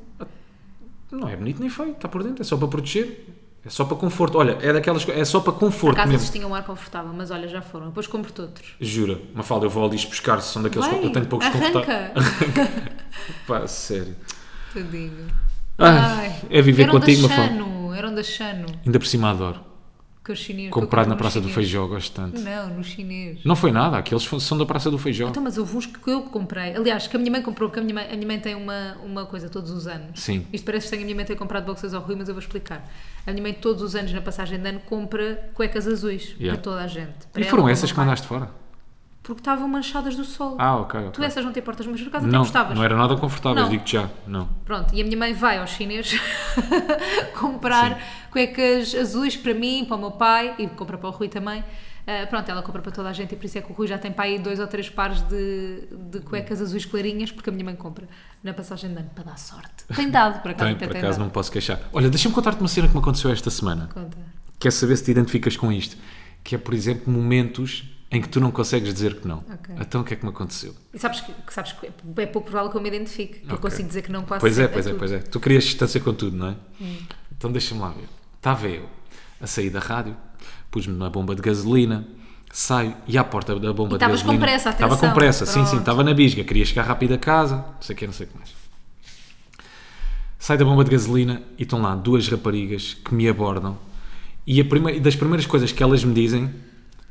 Não é bonito nem feio, está por dentro, é só para proteger. É só para conforto. Olha, é daquelas co- é só para conforto Acaso eles mesmo. tinham um ar confortável, mas olha, já foram. Depois compro-te outros. Jura, Mafalda, eu vou ao lixo buscar se são daqueles Vai, que eu tenho poucos confortáveis. arranca! Pá, sério. Tadinho. um Ai, é viver eram contigo, da Mafalda. Xano, Eram da Xano. Ainda por cima adoro. um Que os chineses. Comprado que na eu compro um Praça nos do chineses. Feijó, gosto tanto. Não, no chinês. Não foi nada, aqueles fo- são da Praça do Feijó. Então, mas houve uns que eu comprei. Aliás, que a minha mãe comprou, porque a minha mãe, a minha mãe tem uma, uma coisa todos os anos. Sim. Isto parece estranho a minha mãe ter comprado boxers ao Rui, mas eu vou explicar. A minha mãe todos os anos, na passagem de ano, compra cuecas azuis Yeah. para toda a gente. Para E ela, foram para o essas meu que pai. mandaste fora? Porque estavam manchadas do sol. Ah, ok. ok. Tu essas não te importas, mas por acaso até Não, gostavas. não era nada confortáveis, Não. digo-te já. Não. Pronto, e a minha mãe vai aos chinês comprar cuecas azuis para mim, para o meu pai e compra para o Rui também. Ah, pronto, ela compra para toda a gente e por isso é que o Rui já tem para aí dois ou três pares de, de cuecas azuis clarinhas, porque a minha mãe compra na passagem de ano para dar sorte. Tem dado, por acaso, Tem, até por tem acaso não dado. me posso queixar. Olha, deixa-me contar-te uma cena que me aconteceu esta semana. Conta. Quer saber se te identificas com isto? Que é, por exemplo, momentos em que tu não consegues dizer que não. Ok. Então o que é que me aconteceu? E sabes que, que sabes que é pouco provável que eu me identifique, que eu Ok. consigo dizer que não quase pois é, sempre pois é, tudo. Hum. pois é. Tu querias distância com tudo, não é? Então deixa-me lá ver. Estava eu a sair da rádio, pus-me na bomba de gasolina, saio e à porta da bomba E de gasolina. estavas com pressa, Estava com atenção. pressa, sim, sim, Pronto. estava na bisga, queria chegar rápido a casa, não sei o que, não sei o que mais. Saio da bomba de gasolina e estão lá duas raparigas que me abordam. E a prime- e das primeiras coisas que elas me dizem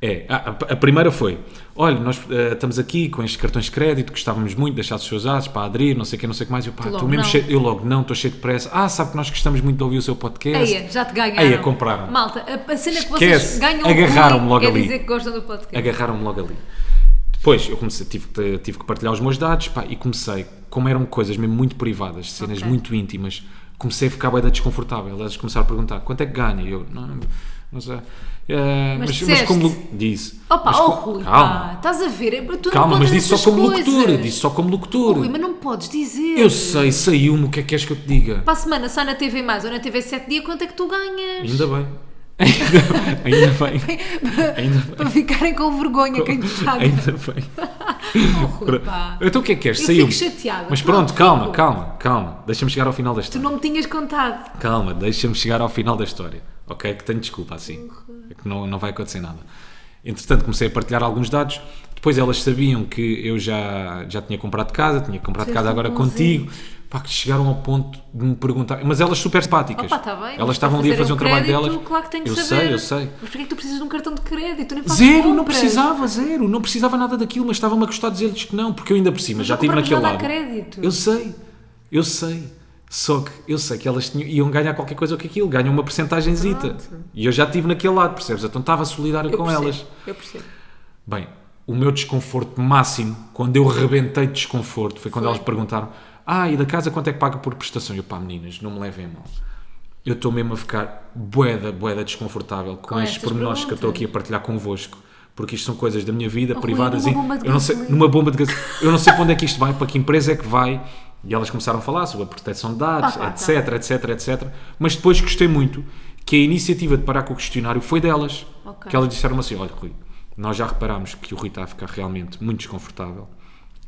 é: ah, a, a primeira foi, olha, nós eh, estamos aqui com estes cartões de crédito, gostávamos muito de deixar os seus dados para aderir, não sei o que, não sei o que mais. Eu, pá, Tu logo estou mesmo não. cheio, eu logo não, estou cheio de pressa. Ah, sabe que nós gostamos muito de ouvir o seu podcast. Eia, já te ganharam. Eia, compraram. Malta, a, a cena que vocês Esquece. ganham Agarraram-me o Rui logo é ali. dizer que gostam do podcast. agarraram-me logo ali. Depois eu comecei, tive, que- tive que partilhar os meus dados pá, e comecei, como eram coisas mesmo muito privadas, cenas Ok. muito íntimas, comecei a ficar bem desconfortável. Elas começaram a perguntar quanto é que ganha? E eu, não, não sei. Eh, Mas mas, mas, disseste. como. Disse. Opa, mas ó co- Rui, calma, pá, estás a ver? É Tu calma, não mas contas disse só essas como coisas. locutor. Disse só como Oh, locutor. Rui, mas não podes dizer. eu sei, saiu-me, o que é que queres que eu te diga? Para a semana, sai na TV mais ou na TV 7 dia, quanto é que tu ganhas? Ainda bem. Ainda bem. Ainda bem. Para ficarem com vergonha quem te paga. Ainda bem. Oh, Rui, pá. Então o que é que queres? Eu Saiu. fico chateada. Mas Pronto, pronto, calma, fico. calma, calma. Deixa-me chegar ao final da Tu história. não me tinhas contado. Calma, deixa-me chegar ao final da história. Ok? Que tenho desculpa assim. Uhum. É que não, não vai acontecer nada. Entretanto, comecei a partilhar alguns dados. Depois elas sabiam que eu já, já tinha comprado casa, tinha comprado Tu és casa tão agora bonzinho. contigo. Pá, que chegaram ao ponto de me perguntar. Mas elas super simpáticas. Opa, está bem. mas elas estavam para ali a fazer um trabalho crédito, delas. Claro que tenho que eu saber. sei, eu sei. Mas porquê é que tu precisas de um cartão de crédito? Tu nem fazes Zero, não compras. precisava, zero, não precisava nada daquilo, mas estava-me a gostar de dizer-lhes que não, porque eu ainda por cima Mas já não estive compramos naquele nada a lado. crédito. Eu sei, eu sei. Só que eu sei que elas tinham- iam ganhar qualquer coisa com aquilo, ganham uma porcentagenzita. Pronto. E eu já estive naquele lado, percebes? Então estava solidário Eu com percebo, elas. Eu percebo. Bem, o meu desconforto máximo, quando eu rebentei de desconforto, foi quando Foi. elas perguntaram: Ah, e da casa quanto é que paga por prestação? E eu, pá, meninas, não me levem a mal. Eu estou mesmo a ficar boeda, boeda desconfortável com, Com estes estas pormenores que eu estou aqui a partilhar convosco. Porque isto são coisas da minha vida, Oh, Rui, privadas numa e bomba de eu não sei, gasolina. numa bomba de gasolina. Eu não sei para onde é que isto vai, para que empresa é que vai. E elas começaram a falar sobre a proteção de dados, Ah, pá, tá etc, etc, etc. Mas depois gostei muito que a iniciativa de parar com o questionário foi delas. Ok. Que elas disseram assim: olha, Rui, nós já reparámos que o Rui está a ficar realmente muito desconfortável.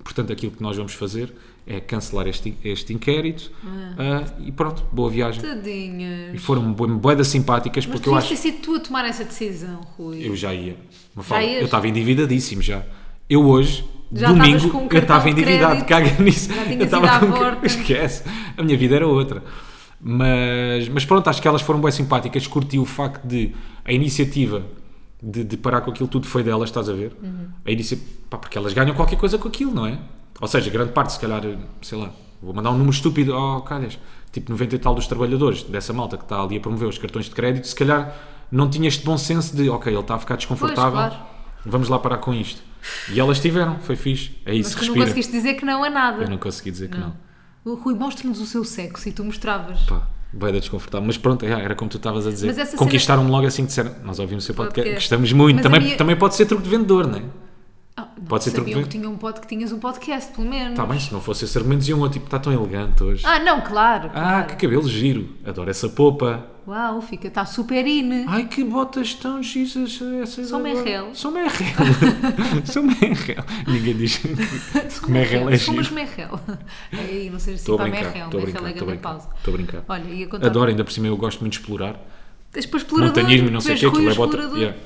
Portanto, aquilo que nós vamos fazer é cancelar este, este inquérito ah, e pronto, boa viagem. E Tadinhas. foram boedas simpáticas Mas porque eu devias acho ter sido tu a tomar essa decisão, Rui. eu já ia. Mafalda, ias? eu estava endividadíssimo já. Eu hoje, Já estavas domingo, com um eu cartão estava de endividado, crédito. caga nisso. Já tinhas eu ido à estava porta. Esquece, a minha vida era outra. Mas, mas pronto, acho que elas foram bem simpáticas. Curti o facto de a iniciativa de, de parar com aquilo tudo foi delas, estás a ver? Uhum. A inicia... pá, porque elas ganham qualquer coisa com aquilo, não é? Ou seja, grande parte, se calhar, sei lá, vou mandar um número estúpido, oh, calhas, tipo 90 e tal dos trabalhadores, dessa malta que está ali a promover os cartões de crédito, se calhar não tinha este bom senso de, ok, ele está a ficar desconfortável, claro. vamos lá parar com isto. E elas tiveram, foi fixe, é Mas isso, tu não respira. conseguiste dizer que não a nada. Eu não consegui dizer que não. O Rui, mostra-nos o seu sexo e tu mostravas. Pá, vai dar desconfortável. Mas pronto, é, era como tu estavas a dizer. Mas essa Conquistaram-me logo assim que disseram. Nós ouvimos o seu podcast, Podcast. gostamos muito. Mas Também, a minha- também pode ser truque de vendedor, não é? Ah, não Pode ser sabiam truque- que, tinha um pod, que tinhas um podcast, pelo menos. Está Tá bem, se não fosse esse argumento, diziam outro tipo, está tão elegante hoje. Ah, Ah, não, claro. claro. que cabelo giro. Adoro essa popa. Uau, fica, está super in. Ai, que botas tão giras essas São agora. Merrell. São Merrell. São Merrell. Ninguém diz. Tipo, Merrel é Somos giro. Merrel. Aí, não seja assim Estou a para brincar. Merrel. Estou a Merrel é brincar. Estou a grande brincar. pausa. Estou a brincar. Olha, ia contar. Adoro, ainda por cima eu gosto muito de explorar. Tens para explorador. Montanhismo e não tu sei o és que. Rui Aquilo é explorador. bota. Yeah.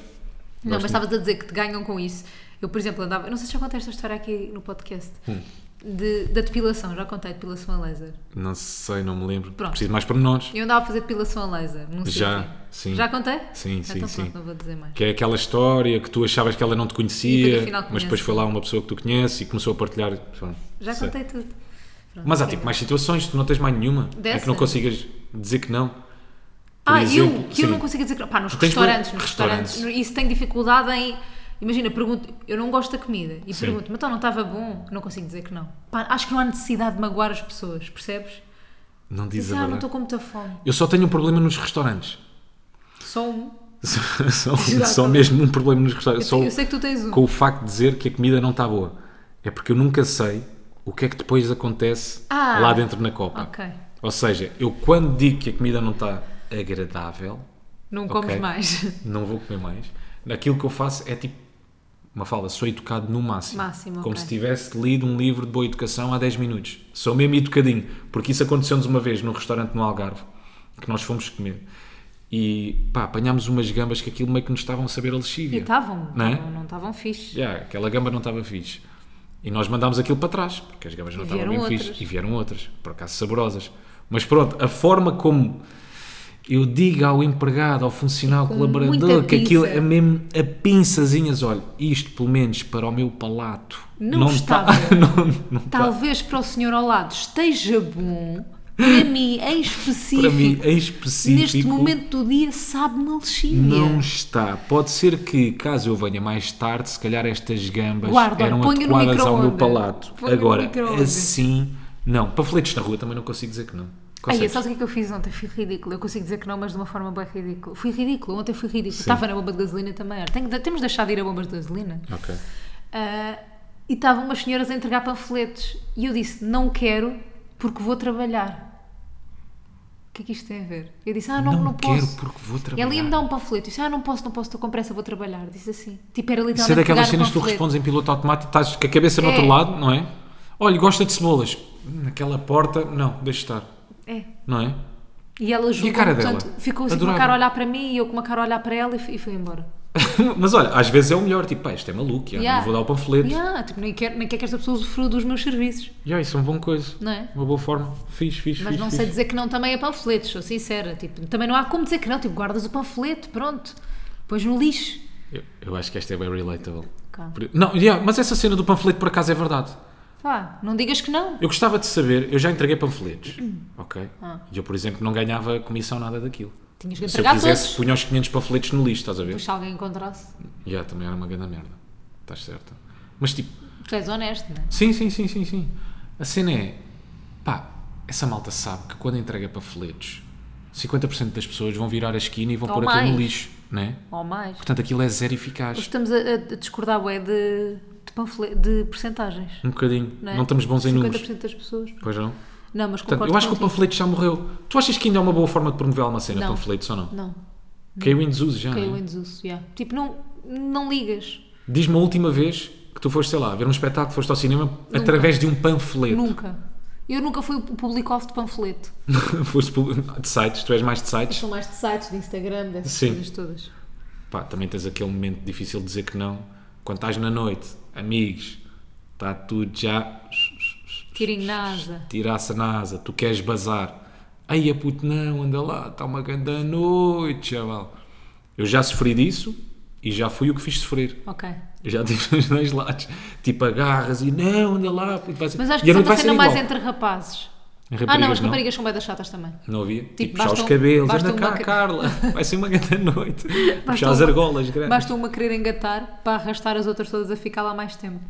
Não, Gosto mas estavas a dizer que te ganham com isso. Eu, por exemplo, andava. eu Não sei se já contei esta história aqui no podcast. Hum. De- da depilação, já contei depilação a laser. Não sei, não me lembro. Pronto. Preciso de mais pormenores. Eu andava a fazer depilação a laser. Num Já, sítio. sim. Já contei? Sim, sim, então, sim. Pronto, não vou dizer mais. Que é aquela história que tu achavas que ela não te E conhecia, depois afinal mas conhece. depois foi lá uma pessoa que tu conheces e começou a partilhar. Pronto, Já sei. contei tudo. Pronto, Mas há ok. tipo mais situações, tu não tens mais nenhuma. É que Dessa? não consigas dizer que não. Por Ah, eu, exemplo, que eu sim. não consigo dizer que não. Pá, nos Tens restaurantes, boi- nos restaurantes, restaurantes. isso tem dificuldade em. Imagina, pergunto, eu não gosto da comida e Sim. pergunto, mas então não estava bom? Não consigo dizer que não. Pá, acho que não há necessidade de magoar as pessoas, percebes? Não dizes Dizer, a ah, não verdade. estou com muita fome. Eu só tenho um problema nos restaurantes. Só um. Só, só- Já, só tá bem. mesmo um problema nos Eu, restaurantes. sei- Só eu sei que tu tens um. com o facto de dizer que a comida não está boa. É porque eu nunca sei o que é que depois acontece Ah. lá dentro na copa. Ok. Ou seja, eu quando digo que a comida não está agradável, Não comes Ok. mais. não vou comer mais. Aquilo que eu faço é tipo uma fala, sou educado no máximo. Máximo, como ok. se tivesse lido um livro de boa educação há 10 minutos. Sou mesmo educadinho, porque isso aconteceu-nos uma vez num restaurante no Algarve, que nós fomos comer. E pá, apanhámos umas gambas que aquilo meio que nos estavam a saber E a lexívia. estavam. Não é? Não não estavam fixe. Já, aquela gamba não estava fixe. E nós mandámos aquilo para trás, porque as gambas não E estavam vieram bem outras. fixe. E vieram outras, por acaso saborosas. Mas pronto, a forma como eu digo ao empregado, ao funcional, Com colaborador, muita que aquilo pinça. é mesmo a pinçazinhas, olha, isto pelo menos para o meu palato Não está- estava. tá- não, não tá. está. Talvez para o senhor ao lado esteja bom, para mim em específico, Para mim, em específico, neste momento do dia, sabe-me a lexívia. não está. Pode ser que, caso eu venha mais tarde, se calhar estas gambas Guarda, eram ponho no adequadas ao meu micro-ondas. palato. Ponho no Agora, micro-ondas. assim, não. Panfletos na rua também não consigo dizer que não. Ai, Consegues? sabes o que é que eu fiz ontem? Fui ridículo. Eu consigo dizer que não, mas de uma forma bem ridícula. Fui ridículo, ontem fui ridículo. Estava na bomba de gasolina também. Olha, tenho- temos deixado de ir a bombas de gasolina. Ok. Ah, e estavam umas senhoras a entregar panfletos. E eu disse, não quero, porque vou trabalhar. O que é que isto tem a ver? Eu disse, ah, não, não, Não quero, posso. porque vou E ela trabalhar. ia-me dar um panfleto. Eu disse, ah, não posso, não posso, estou com pressa, vou trabalhar. Disse assim. Tipo, era literalmente Isso é pegar daquelas no cenas que tu panfleto. respondes em piloto automático, estás com a cabeça no É. outro lado, não é? Olha, gosta de cebolas. Hum, Naquela porta, não, deixa estar, É. não é? E ela julgou, cara dela? portanto, ficou assim com uma Adorava. cara a olhar para mim e eu com uma cara a olhar para ela e f- e fui embora. Mas olha, às vezes é o melhor, tipo, pá, isto é maluco, já, Yeah. não vou dar o panfleto. Yeah. Yeah, tipo, nem quer, nem quer que esta pessoa usufrua dos meus serviços, isso é uma boa coisa. não é? Uma boa forma. Fiz, fiz, Mas não sei dizer que não também a panfletos, sou sincera. Tipo, também não há como dizer que não. Tipo, guardas o panfleto, pronto. Pões no lixo. Eu, eu acho que esta é bem relatable. Cá. Por- Não, yeah, mas essa cena do panfleto por acaso é verdade. Vá, não digas que não. Eu gostava de saber, eu já entreguei panfletos, Hum. ok? E eu, por exemplo, não ganhava comissão nada daquilo. Tinhas que Se eu Ah. entregar quisesse, todos. punha os 500 panfletos no lixo, estás a ver? Depois se alguém encontrasse, Yeah, também era uma grande merda. Estás certa. Mas tipo, tu és honesto, não é? sim, sim, sim, sim, sim. A cena é, pá, essa malta sabe que quando entrega panfletos, 50% das pessoas vão virar a esquina e vão Ou pôr aquilo mais. no lixo, né? Ou mais. Portanto, aquilo é zero Hoje eficaz. estamos a, a- a discordar, ué, de, de, panfle- de percentagens. Um bocadinho. Não, é? Não, estamos bons em números. 50% das pessoas. Pois não? Não, mas concordo Portanto, eu acho que o contigo. panfleto já morreu. Tu achas que ainda é uma boa forma de promover alguma cena, Não. panfletos ou não? Não, Caiu em desuso já. caiu não é? em desuso, yeah. Tipo, não, não ligas. Diz-me a última vez que tu foste, sei lá, ver um espetáculo, foste ao cinema através de um panfleto. Nunca. Eu nunca fui o público-alvo de panfleto. foste pu- de sites, tu és mais de sites. São mais de sites, de Instagram, dessas Sim. coisas todas. Pá, também tens aquele momento difícil de dizer que não. Quando estás na noite, amigos, está tudo já Tirem nasa. tiraça na asa, tu queres bazar. Ai, a puto, não, anda lá, está uma grande noite, chaval. Eu já sofri disso e já fui o que fiz sofrer. Ok. Eu já tive os dois lados. Tipo, agarras e não, anda lá, puto, vai ser. Mas acho e que a isso é noite uma vai ser cena mais igual. entre rapazes. ah, Raparigas, não, as raparigas são bem das chatas também. Não havia? Tipo, puxar basta os um- cabelos, basta anda cá, uma ca- Carla, vai ser uma grande noite. Basta puxar as uma- argolas, grandes. Basta uma querer engatar para arrastar as outras todas a ficar lá mais tempo.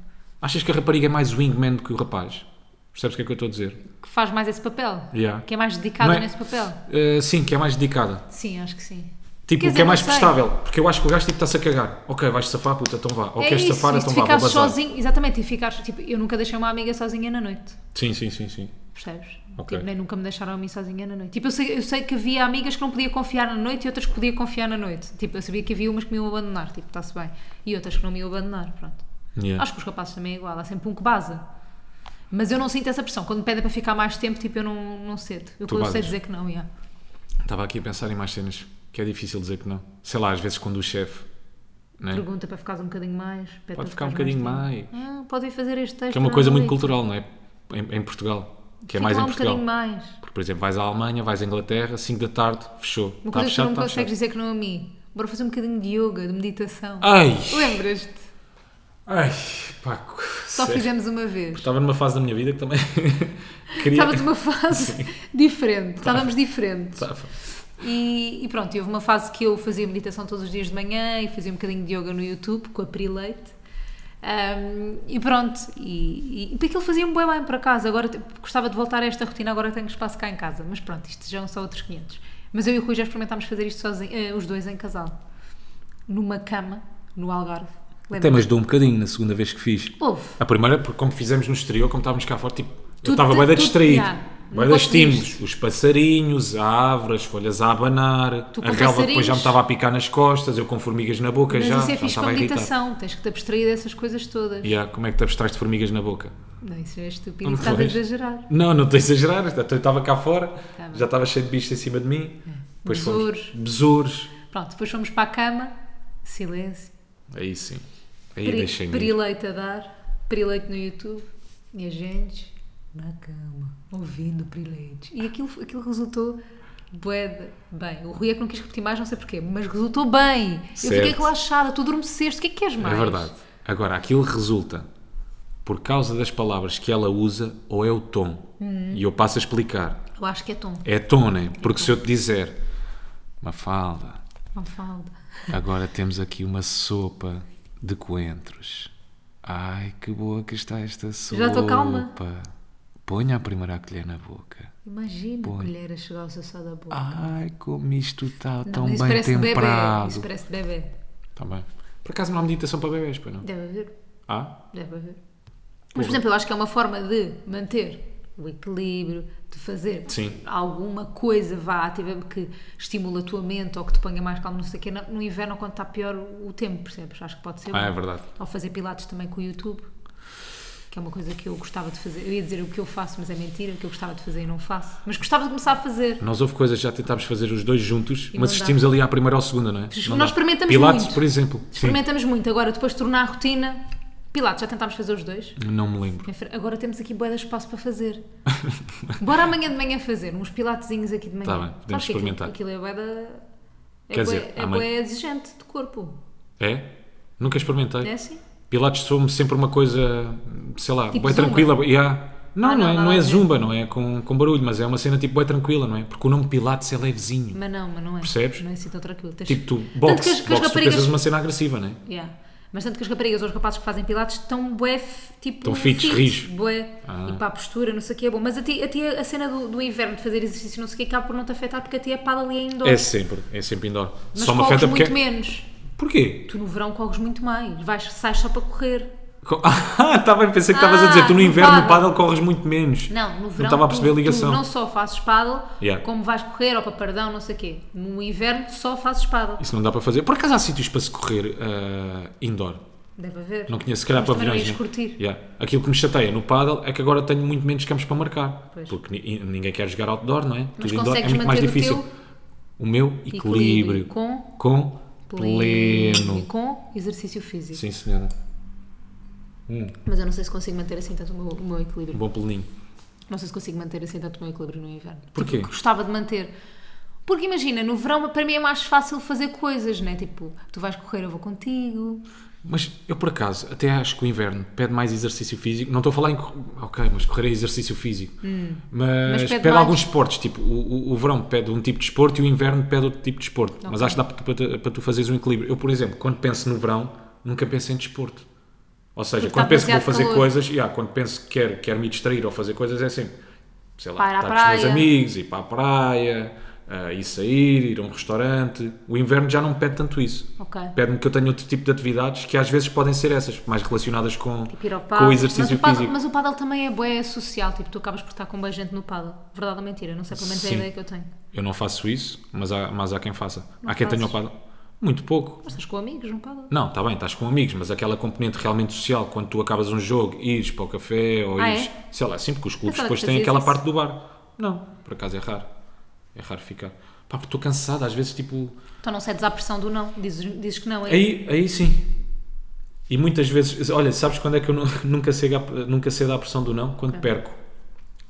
Achas que a rapariga é mais wingman do que o rapaz? Percebes o que é que eu estou a dizer? Que faz mais esse papel. Yeah. Que é mais dedicada Não é- nesse papel. Eh, sim, que é mais dedicada. Sim, acho que sim. Tipo, Quer que dizer, é mais não sei. prestável. Porque eu acho que o gajo tipo, está-se a cagar. Ok, vais safar, puta, então vá. Ou é queres isso, safar, e se então vá, vou ficares bazar. sozinho, exatamente, e ficares, tipo, eu nunca deixei uma amiga sozinha na noite, Sim, sim, sim, sim. percebes? Ok. Tipo, nem nunca me deixaram a mim sozinha na noite. Tipo, eu sei, eu sei que havia amigas que não podia confiar na noite e outras que podia confiar na noite. Tipo, eu sabia que havia umas que me iam abandonar, tipo, está-se bem. E outras que não me iam abandonar, pronto. Yeah. Acho que os rapazes também é igual, há sempre um que baza. Mas eu não sinto essa pressão. Quando me pedem para ficar mais tempo, tipo, eu não, não cedo. Eu, Tu eu sei basas. dizer que não, yeah. Estava aqui a pensar em mais cenas que é difícil dizer que não. Sei lá, às vezes quando o chefe. Né? Pergunta para ficares um bocadinho mais. pede para Pode ficar um ficares bocadinho tempo. mais. Ah, pode ir fazer este texto. Que é uma coisa à muito noite. cultural, não é? Em, em Portugal. Que é Fica mais lá em um Portugal. bocadinho mais. Porque, por exemplo, vais à Alemanha, vais à Inglaterra, 5 da tarde, fechou. Uma coisa Está que tu fechado, não está consegues dizer fechado. que não a mim. Bora fazer um bocadinho de yoga, de meditação. Ai! Lembras-te? Ai, pá. Só sério. fizemos uma vez. Estava numa fase da minha vida que também queria. Estava numa fase Tá. diferente. Estávamos diferentes. Estava. E, e pronto, houve uma fase que eu fazia meditação todos os dias de manhã e fazia um bocadinho de yoga no YouTube com a Pri Leite. Ahm, e pronto, e, e, porque ele fazia um bem bem para casa. Agora te- gostava de voltar a esta rotina, agora tenho espaço cá em casa. Mas pronto, isto já são outros 500. Mas eu e o Rui já experimentámos fazer isto sozinho, eh, os dois em casal, numa cama, no Algarve. Até Lembra? mas dou um bocadinho na segunda vez que fiz. Houve. A primeira, porque como fizemos no exterior, como estávamos cá fora, tipo, Tu- eu estava tu- bem da tu- distraído. já. Não Bem da gosto estímulos. disto. Os passarinhos, a árvore, as folhas a abanar, Tu com a relva depois já passarinhos. me estava a picar nas costas, eu com formigas na boca Mas já. isso é já me fixe estava para a a irritar. meditação, tens que te abstrair dessas coisas todas. Yeah, como é que te abstraes de formigas na boca? Não, isso é estúpido, Não isso estás a podes. exagerar. Não, não estou a exagerar, eu estava cá fora, Tá bem. É. já estava cheio de bichos em cima de mim. Depois fomos- Besouros. Besouros. Pronto, depois fomos para a cama, silêncio. Aí sim. Aí Pri- deixei-me. ir. Perileite a dar, perileite no YouTube e a gente na cama, ouvindo perileite. E aquilo, aquilo resultou bué de bem. O Rui é que não quis repetir mais, não sei porquê, mas resultou bem. Eu fiquei Certo. relaxada, tu adormeceste, o que é que queres mais? É verdade. Agora, aquilo resulta por causa das palavras que ela usa ou é o tom. Hum. E eu passo a explicar. Eu acho que é tom, É tom, né? Porque se eu te dizer Mafalda, não falta. agora temos aqui uma sopa de coentros. Ai, que boa que está esta sopa. Já estou calma. Ponha a primeira colher na boca. Imagina a colher a chegar ao seu só da boca. Ai, como isto está Não, Ah, tão mas isso bem parece bebê, isso temperado. parece bebê. Tá bem. Por acaso não há meditação para bebês, pois não? Deve haver. Ah? Deve haver. Mas, por exemplo, eu acho que é uma forma de manter o equilíbrio, de fazer Sim. alguma coisa vá ativa que estimula a tua mente ou que te ponha mais calmo, não sei o quê. No no inverno, quando está pior o o tempo, percebes? Acho que pode ser. Ah, é bom. verdade. Ou fazer pilates também com o YouTube, que é uma coisa que eu gostava de fazer. Eu ia dizer o que eu faço, mas é mentira, o que eu gostava de fazer e não faço. Mas gostava de começar a fazer. Nós houve coisas que já tentámos fazer os dois juntos, E não mas dá. assistimos ali à primeira ou à segunda, não é? Nós Não dá. experimentamos Pilates, muito. por exemplo. Sim. Experimentamos muito. Agora, depois de tornar a rotina, pilates, já tentámos fazer os dois. Não me lembro. Minha filha, Agora temos aqui bué de espaço para fazer. Bora amanhã de manhã fazer uns pilatezinhos aqui de manhã. Tá bem, podemos Sabes que aquilo- experimentar. Aquilo, é bué da... É bué, Quer dizer, é amanhã- bué exigente de corpo. É? Nunca experimentei. É assim? Pilates soube-me sempre uma coisa, sei lá, Tipo bem zumba. tranquila. yeah. Não, Ah, não, não, é, nada não a é ver. zumba, não é com, com barulho, mas é uma cena tipo bem tranquila, não é? Porque o nome Pilates é levezinho. Mas não, mas não é. Percebes? Não é assim tão tranquilo. Tens- Tipo, tu Tanto boxe, que as- que as boxe, tu raparigas- pensas uma cena agressiva, não é? Yeah. Mas tanto que as raparigas ou os rapazes que fazem pilates estão bué, f- tipo... Estão Ah. fites, rijos. Bué. E para a postura, não sei o que é bom. Mas a ti, a, ti a cena do, do inverno de fazer exercício, não sei o que, acaba por não te afetar porque a ti é pala ali ainda. É sempre, é sempre indoor. mas Só me corres afeta muito porque. é- menos. Porquê? Tu no verão corres muito mais. Vais, sais só para correr. Co- Ah, tá bem, pensei que estavas a Ah, dizer, tu no no inverno no pádel. paddle corres muito menos. Não, no verão Não estava a perceber a tu, ligação. tu não só fazes paddle, Yeah. como vais correr ou para pardão, não sei o quê. No inverno tu só fazes paddle. Isso não dá para fazer. Por acaso há sítios para se correr ah, indoor? Deve haver. Não conheço, se calhar Mas para também não pavilhões. né? ias curtir. Yeah. Aquilo que me chateia no paddle é que agora tenho muito menos campos para marcar. Pois. Porque ni- ninguém quer jogar outdoor, não é? Mas indoor é consegues muito mais manter o difícil. teu O meu Equilíbrio equilíbrio. com Com pleno. E com exercício físico. Sim, senhora. Mas eu não sei se consigo manter assim tanto o meu, o meu equilíbrio. Um bom pleninho. Não sei se consigo manter assim tanto o meu equilíbrio no inverno. Porquê? Tipo, gostava de manter. Porque imagina, no verão para mim é mais fácil fazer coisas, né? Tipo, tu vais correr, eu vou contigo. Mas eu, por acaso, até acho que o inverno pede mais exercício físico. Não estou a falar em. cor- Ok, mas correr é exercício físico. Mas, Hum. Mas pede pede, mais- alguns esportes. Tipo, o, o- o verão pede um tipo de esporte e o inverno pede outro tipo de esporte. Mas acho que dá para tu, para tu- para tu fazeres um equilíbrio. Eu, por exemplo, quando penso no verão, nunca penso em desporto. Ou seja, Porque quando está penso que vou demasiado fazer calor. coisas, yeah, quando penso que quero, quero me distrair ou fazer coisas, é sempre, sei lá, Para a estar com os meus praia. amigos, ir para a praia, ah, ir sair, ir a um restaurante. O inverno já não pede tanto isso. Ok. Pede-me que eu tenha outro tipo de atividades que às vezes podem ser essas, mais relacionadas com, Tipo, ir ao com paddle. o exercício mas o paddle, físico. Mas o paddle também é bué social, tipo, tu acabas por estar com bem gente no paddle. Verdade ou mentira? Não sei, pelo menos é a Sim. ideia que eu tenho. Eu não faço isso, mas há, mas há quem faça. há quem tenha o fazes? paddle. Muito pouco. Mas estás com amigos no paddle? Não, está bem, estás com amigos, mas aquela componente realmente social, quando tu acabas um jogo, ires para o café ou Ah, ires, é? sei lá, sim, porque os clubes Pensava que depois têm fazias aquela isso. parte do bar. Não, por acaso é raro. É raro ficar. Pá, porque estou cansado, às vezes tipo. Então não cedes à pressão do não. Dizes, dizes que não. É? Aí, aí sim. E muitas vezes, olha, sabes quando é que eu nu- nunca cedo à, nunca cedo à pressão do não? Quando perco.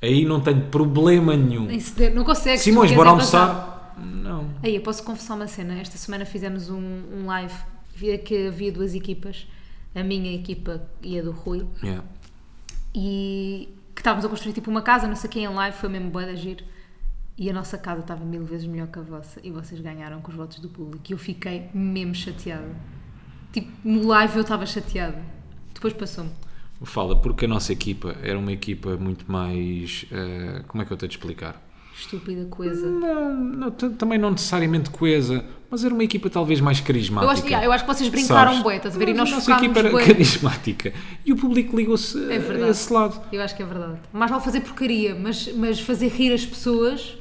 Aí não tenho problema nenhum. Nem ceder, Não consegues. Simões, tu bora é queres é passar. almoçar? Não. Aí, eu posso confessar uma cena. Esta semana fizemos um, um live via que havia duas equipas, a minha equipa e a do Rui, Yeah. e que estávamos a construir tipo uma casa, não sei quem em live, foi mesmo boa de agir. E a nossa casa estava mil vezes melhor que a vossa e vocês ganharam com os votos do público. E eu fiquei mesmo chateada. Tipo, no live eu estava chateada. Depois passou-me. Fala, porque a nossa equipa era uma equipa muito mais. eh, como é que eu tenho de explicar? Estúpida coisa. Não, não, t- também não necessariamente coesa, mas era uma equipa talvez mais carismática. Eu acho, yeah, eu acho que vocês brincaram Sabes? bué, estás a ver? E Mas nós a nossa equipa focámos era bué. carismática e o público ligou-se É a verdade. esse lado. Eu acho que é verdade. Mais vale fazer porcaria, mas, mas fazer rir as pessoas.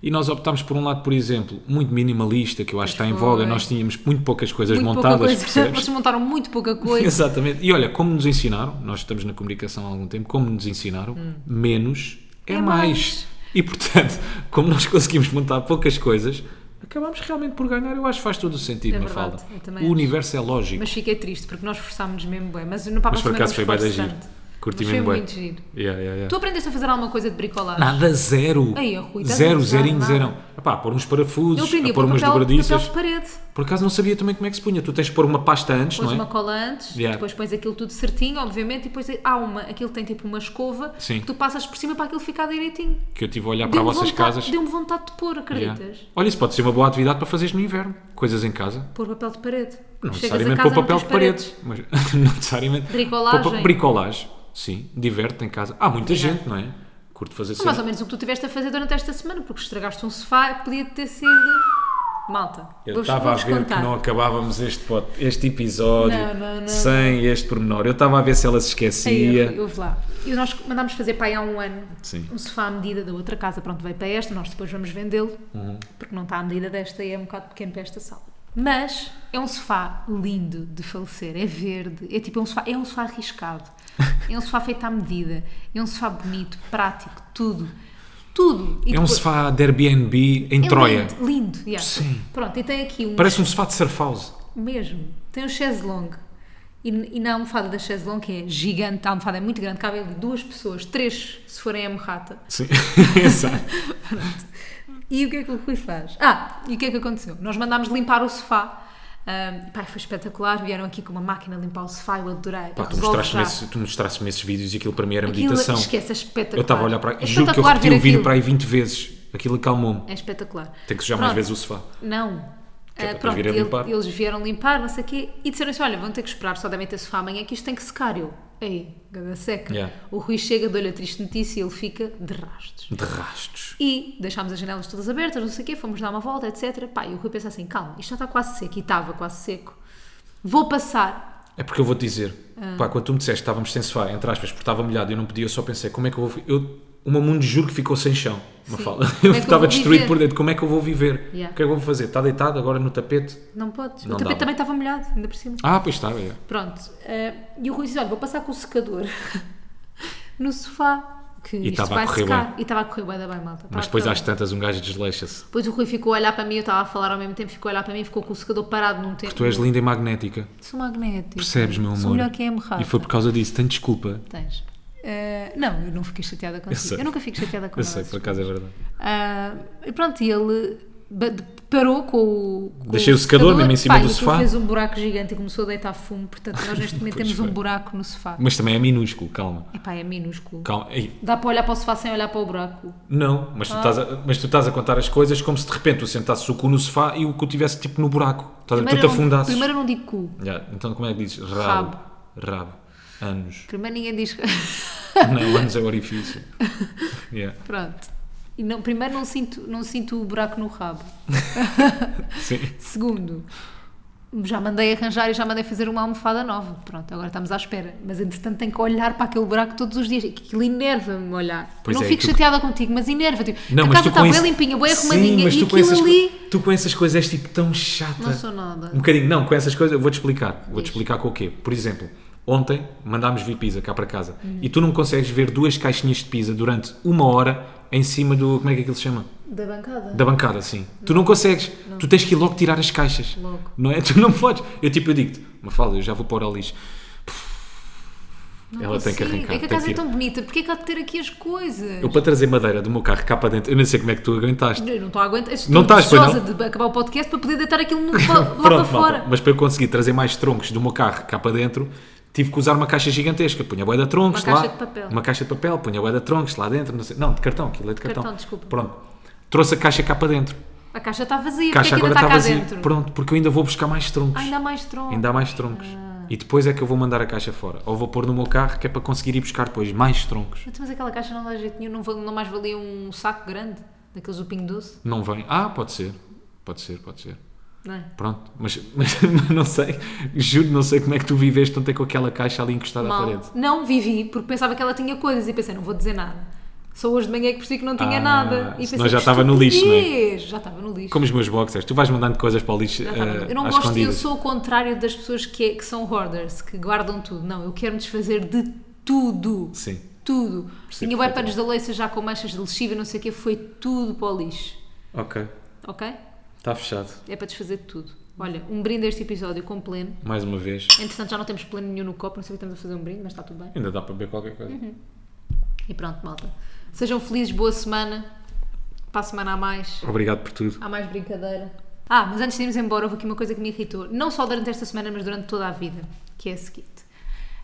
E nós optámos por um lado, por exemplo, muito minimalista, que eu acho que está em Pois voga, foi. nós tínhamos muito poucas coisas muito montadas, pouca coisa. percebes? Vocês montaram muito pouca coisa. Exatamente. E olha, como nos ensinaram, nós estamos na comunicação há algum tempo, como nos ensinaram, menos é, Hum. É mais. mais. E portanto, como nós conseguimos montar poucas coisas, acabámos realmente por ganhar. Eu acho que faz todo o sentido, É verdade, Mafalda. eu também O acho. universo é lógico. Mas fiquei triste porque nós forçámos mesmo bem. Mas no Papa Mas por acaso foi bem giro. Curti Mas foi mesmo bem. muito giro. Yeah, yeah, yeah. Tu aprendeste a fazer alguma coisa de bricolagem? Nada, zero. Aí, ó, Rui, estás a zero, gozar, zerinho, nada. zerão. Epá, pôr uns parafusos, Eu aprendi a a pôr pôr umas papel, papel dobradiças. de parede. Por acaso não sabia também como é que se punha. Tu tens de pôr uma pasta antes, Pões não é? uma cola antes, Yeah. depois pões aquilo tudo certinho, obviamente, e depois é, há uma, aquilo tem tipo uma escova Sim. que tu passas por cima para aquilo ficar direitinho. Que eu estive a olhar para Deu-me vossas vontade- casas. Deu-me vontade de pôr, Yeah. acreditas? Olha, isso pode ser uma boa atividade para fazeres no inverno. Coisas em casa. Pôr papel de parede. Não Chegas a necessariamente casa, pôr não papel de tens parede. Mas, não necessariamente. Bricolagem. Pôr pa- bricolagem, sim. Diverte em casa. Há muita gente, não é? Curto fazer Foi mais sempre. ou menos o que tu tiveste a fazer durante esta semana, porque estragaste um sofá, podia ter sido. Malta, Eu vou-vos- estava a vou-vos ver contar. que não acabávamos este, pod- este episódio Não, não, não. sem este pormenor. Eu estava a ver se ela se Aí, esquecia. eu- ouve lá. E nós mandámos fazer para aí há um ano Sim. um sofá à medida da outra casa. Pronto, veio para esta, nós depois vamos vendê-lo, Uhum. porque não está à medida desta e é um bocado pequeno para esta sala. Mas é um sofá lindo de falecer, é verde, é tipo é um sofá, é um sofá arriscado, é um sofá feito à medida, é um sofá bonito, prático, tudo, tudo. E É um depois- sofá de Airbnb em É Troia. Lindo, lindo yeah. Sim. Pronto, e tem aqui um. Parece um sofá de surfhouse. Mesmo. Tem um chaise longue. E, e na almofada da chaise longue, que é gigante, a almofada é muito grande, cabe ali duas pessoas, três se forem a morrata. Sim, exato. E o que é que o Rui faz? Ah, e o que é que aconteceu? Nós mandámos limpar o sofá. Ahm, pai, foi espetacular. Vieram aqui com uma máquina limpar o sofá, eu adorei. Pá, tu Resolve mostraste-me já. esse- tu mostraste-me esses vídeos e aquilo para mim era Aquilo, meditação. esquece, é espetacular. Eu estava a olhar para. É Juro que eu espetacular repeti ver o vídeo aquilo. para aí 20 vezes. Aquilo acalmou-me. É espetacular. Tem que sujar mais Pronto. vezes o sofá. Não. Que Ah, é para pronto, vir a ele- limpar. eles vieram limpar, não sei o quê, e disseram assim: olha, vão ter que esperar, só devem ter sofá amanhã, que isto tem que secar. Eu, ei, gada seca. Yeah. O Rui chega, dou-lhe a triste notícia e ele fica de rastos. De rastos. E deixámos as janelas todas abertas, não sei o quê, fomos dar uma volta, etc. Pá, e o Rui pensa assim: calma, isto já está quase seco, e estava quase seco. Vou passar. É porque eu vou-te dizer, Ah. pá, quando tu me disseste que estávamos sem sofá, entre aspas, porque estava molhado e eu não podia, eu só pensei, como é que eu vou. Eu, o meu mundo juro que ficou sem chão. Uma Sim. fala. Como é que Eu eu estava vou destruído viver? por dentro. Como é que eu vou viver? Yeah. O que é que eu vou fazer? Está deitado agora no tapete? Não podes. Não o tapete dava. também estava molhado, ainda por cima. Ah, pois estava. é. Pronto. eh, e o Rui diz: Olha, vou passar com o secador no sofá. Que isto estava a vai correr secar. E estava a correr bem da bem, malta. Pá, Mas depois pronto. às tantas um gajo desleixa-se. Depois o Rui ficou a olhar para mim, eu estava a falar ao mesmo tempo, ficou a olhar para mim, ficou com o secador parado num tempo. Tu és linda e magnética. Sou magnético. Percebes, meu amor? Sou melhor que a Emrata. E foi por causa disso. Tenho desculpa. Tens. Ah, não, eu não fiquei chateada contigo. sei. Eu, nunca fico chateada com Eu nada sei, dessas por acaso é verdade. Ah, e pronto, e ele ba- de- parou com o. com Deixei o secador mesmo em cima Pá, do e aquilo sofá. fez um buraco gigante e começou a deitar fumo, portanto nós neste momento Pois temos foi. um buraco no sofá. Mas também é minúsculo, calma. Epá, é minúsculo. Calma. Ei, Dá para olhar para o sofá sem olhar para o buraco. Não, mas tu, estás a, mas tu estás a contar as coisas como se de repente tu sentasses o cu no sofá e o cu estivesse tipo no buraco. Estás a ver? tu te eu não, afundasses. primeiro eu não digo cu. Já, então como é que dizes? Rabo. Rabo. Anos. Primeiro ninguém diz. não, anos é o orifício. Yeah. Pronto. E não, primeiro não sinto, não sinto o buraco no rabo. Sim. Segundo, já mandei arranjar e já mandei fazer uma almofada nova. Pronto, agora estamos à espera. Mas entretanto tenho que olhar para aquele buraco todos os dias. Aquilo enerva-me olhar. Pois não é, fico tu- chateada contigo, mas enerva-te. Não, a mas casa tu está com bem isso- limpinha, bem Sim, arrumadinha mas e tu com aquilo essas co- ali. Tu com essas coisas és tipo tão chata. Não sou nada. Um bocadinho, não, com essas coisas, eu vou-te explicar. Vou-te Diz. explicar com o quê? Por exemplo, ontem mandámos vir pizza cá para casa Hum. e tu não consegues ver duas caixinhas de pizza durante uma hora em cima do. Como é que aquilo se chama? Da bancada. Da bancada, sim. Tu não consegues. Tu tens que ir logo tirar as caixas. Logo. Não é? Tu não podes. Eu tipo, eu digo-te, Mafalda, eu já vou pôr ao lixo. Não Ela tem que consigo. arrancar. É que a tem casa que é ir. tão bonita. Porquê é que há de ter aqui as coisas? Eu para trazer madeira do meu carro cá para dentro, eu nem sei como é que tu aguentaste. Eu não estou a aguentar. Estou Não estás, pois não? desejosa de acabar o podcast para poder deitar aquilo no- lá, lá para Pronto, fora. malta, mas para eu conseguir trazer mais troncos do meu carro cá para dentro, tive que usar uma caixa gigantesca. Punha boia de troncos Uma lá. caixa de papel. Uma caixa de papel, punha boia de troncos lá dentro. Não, sei- não, de cartão, aquilo é de cartão. Cartão, desculpa. Pronto. Trouxe a caixa cá para dentro. A caixa está vazia. A caixa Porquê é agora que ainda está está cá vazia. dentro? Pronto, porque eu ainda vou buscar mais troncos. Ah, ainda há mais tronco. Ainda há mais troncos. Ah. E depois é que eu vou mandar a caixa fora. Ou vou pôr no meu carro que é para conseguir ir buscar depois mais troncos. Então, Mas aquela caixa não dá jeito nenhum, não, val- não mais valia um saco grande daqueles do Pingo Doce, Não vem. Ah, pode ser. Pode ser, pode ser. não é? Pronto, mas, mas, mas não sei, juro, não sei como é que tu viveste ontem com aquela caixa ali encostada à Mal. parede. Não vivi, porque pensava que ela tinha coisas e pensei, não vou dizer nada. Só hoje de manhã é que percebi que não tinha Ah, nada. E senão pensei, já que estava no lixo, não é? estupidez! Já estava no lixo. Como os meus boxers, tu vais mandando coisas para o lixo. Já estava no- eh, Eu não às gosto, escondidas. eu sou o contrário das pessoas que, é- que são hoarders, que guardam tudo. Não, eu quero me desfazer de tudo. Sim. Tudo. Percebo Tinha perfeitamente. weapons da leiça já com manchas de lixívia, não sei o quê, foi tudo para o lixo. Ok, Ok? está fechado. É para desfazer de tudo. Olha, um brinde a este episódio com pleno. Mais uma vez. Entretanto, já não temos plano nenhum no copo, não sei o que estamos a fazer um brinde, mas está tudo bem. Ainda dá para beber qualquer coisa. Uhum. E pronto, malta. Sejam felizes, boa semana. Para a semana há mais. Obrigado por tudo. Há mais brincadeira. Ah, mas antes de irmos embora, houve aqui uma coisa que me irritou. Não só durante esta semana, mas durante toda a vida. Que é a seguinte.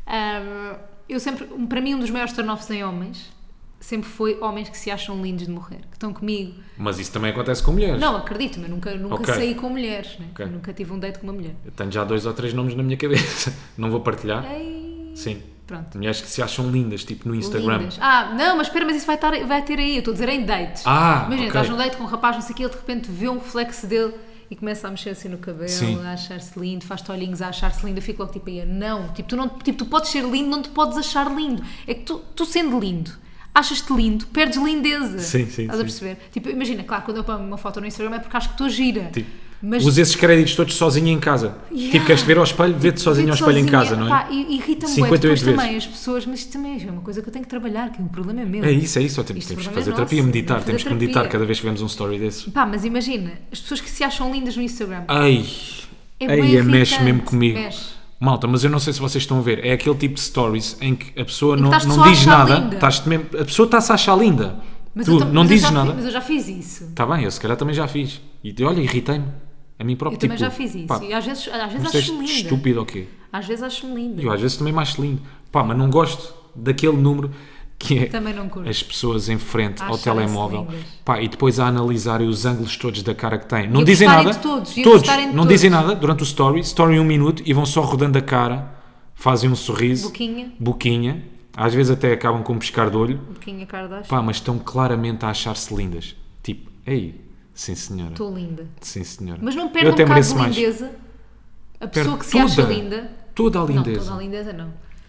Ahm, eu sempre... um- Para mim, um dos maiores turn-offs em homens sempre foi homens que se acham lindos de morrer. Que estão comigo. Mas isso também acontece com mulheres. Não, acredito, mas nunca, nunca Ok. saí com mulheres. Né? Ok. Eu Nunca tive um date com uma mulher. Eu tenho já dois ou três nomes na minha cabeça. Não vou É. partilhar. Ei. Sim. Pronto. Mulheres que se acham lindas, tipo no Instagram. Lindas. Ah, não, mas espera, mas isso vai, estar, vai ter aí, eu estou a dizer em dates. Ah, Imagina, ok. estás num date com um rapaz, não sei o quê, ele de repente vê um reflexo dele e começa a mexer assim no cabelo, Sim. a achar-se lindo, faz-te olhinhos a achar-se lindo, eu fico logo tipo aí, não, tipo tu, não, tipo, tu podes ser lindo, não te podes achar lindo. É que tu, tu sendo lindo, achas-te lindo, perdes lindeza. Sim, sim, Estás a sim. perceber? Tipo, imagina, claro, quando eu ponho uma foto no Instagram é porque acho que estou gira. Tipo, mas Usa esses créditos todos sozinho em casa. Yeah. Tipo, queres te ver ao espelho? Vê-te sozinho ao Vê-te espelho em sozinha. casa, não é? Pá, e- irrita-me bué. 58 Depois vezes. também as pessoas, mas isto também é uma coisa que eu tenho que trabalhar, que o problema é meu. É isso, é isso. Ó, Temos, Isto temos que o problema fazer é terapia, nosso, meditar. temos Temos que que fazer meditar terapia. cada vez que vemos um story desses. Pá, mas imagina, as pessoas que se acham lindas no Instagram. Ai, É bué ai, é mexe irritante. mesmo comigo. Mexe. Malta, mas eu não sei se vocês estão a ver. É aquele tipo de stories em que a pessoa não, estás-te não só a diz achar nada. linda. estás-te mesmo, a pessoa está-se a achar linda. Mas tu eu tam- não mas eu dizes já fi- nada. mas eu já fiz isso. Está bem, eu se calhar também já fiz. E te- olha, irritei-me. A mim próprio. Eu também tipo, já fiz isso. pá, e às vezes, às vezes mas tu és acho-me linda. estúpido ou quê? Às vezes acho-me linda. Eu às vezes também me acho lindo. Pá, mas não gosto daquele número que é Também não curto. as pessoas em frente ao Acharem-se telemóvel. lindas. Pá, e depois a analisarem os ângulos todos da cara que têm. Não a dizem gostarem nada. de todos, e a todos. gostarem de Não dizem todos. nada durante o story. Story um minuto e vão só rodando a cara. Fazem um sorriso. Boquinha. Boquinha. Às vezes até acabam com um piscar de olho. Boquinha Kardashian. Pá, mas estão claramente a achar-se lindas. Tipo, ei, sim senhora. Estou linda. Sim senhora. Mas não Eu perde um até bocado de mereço mais. lindeza. A Perde pessoa que se acha toda- linda. Toda a Não, lindeza. toda a lindeza não.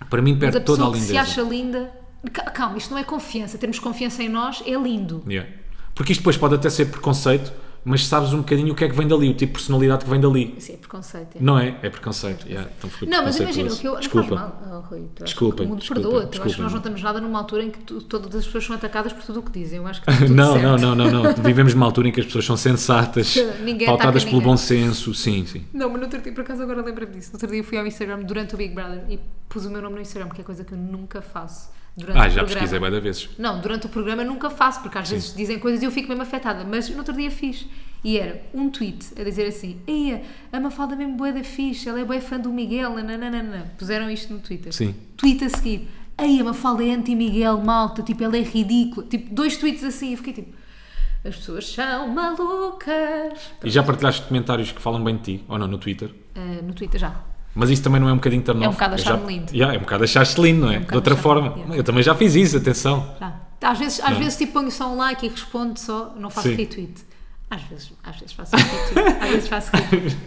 Para mim Mas perde a pessoa toda a que lindeza. se acha linda. Ca- Calma, isto não é confiança. Termos confiança em nós é lindo. Yeah. Porque isto depois pode até ser preconceito, mas sabes um bocadinho o que é que vem dali, o tipo de personalidade que vem dali. Isso é preconceito. é. Não é? É preconceito. Yeah. Então fui Não, mas imagina, o preconceituoso. que eu. Não Desculpa. faz mal. Oh, Rui, tu acho Desculpem, que o mundo desculpem, perdoa. Tu acho que desculpem. nós não estamos nada numa altura em que tu- todas as pessoas são atacadas por tudo o que dizem. Eu acho que está tudo Não, certo. não, não, não, não. Vivemos numa altura em que as pessoas são sensatas, Ninguém pautadas ataca pelo ninguém. bom senso. Sim, sim. Não, mas no outro dia, por acaso agora lembro-me disso. No outro dia fui ao Instagram durante o Big Brother e pus o meu nome no Instagram, que é coisa que eu nunca faço. Durante Ah, o já programa. pesquisei bem da vezes. Não, durante o programa eu nunca faço, porque às vezes dizem coisas e eu fico mesmo afetada. Mas no outro dia fiz. E era um tweet a dizer assim: Eia, a Mafalda mesmo boa da fixe, ela é boa fã do Miguel, nananana. Puseram isto no Twitter. Sim. Tweet a seguir: Ei, a Mafalda é anti-Miguel, malta, tipo, ela é ridícula. Tipo, dois tweets assim. Eu fiquei tipo: As pessoas são malucas. E já partilhaste comentários que falam bem de ti, ou não, no Twitter? Ah, no Twitter já. Mas isso também não é um bocadinho turn É um off. bocado Eu achar-me já- lindo. Yeah, é um bocado achar-te lindo, não é? bocado de outra achar-me forma. lindo, yeah. Eu também já fiz isso, atenção. já. Às vezes, às Não. vezes tipo, ponho só um like e respondo só, não faço Sim. retweet. Às vezes, às vezes faço um retweet. às vezes faço retweet.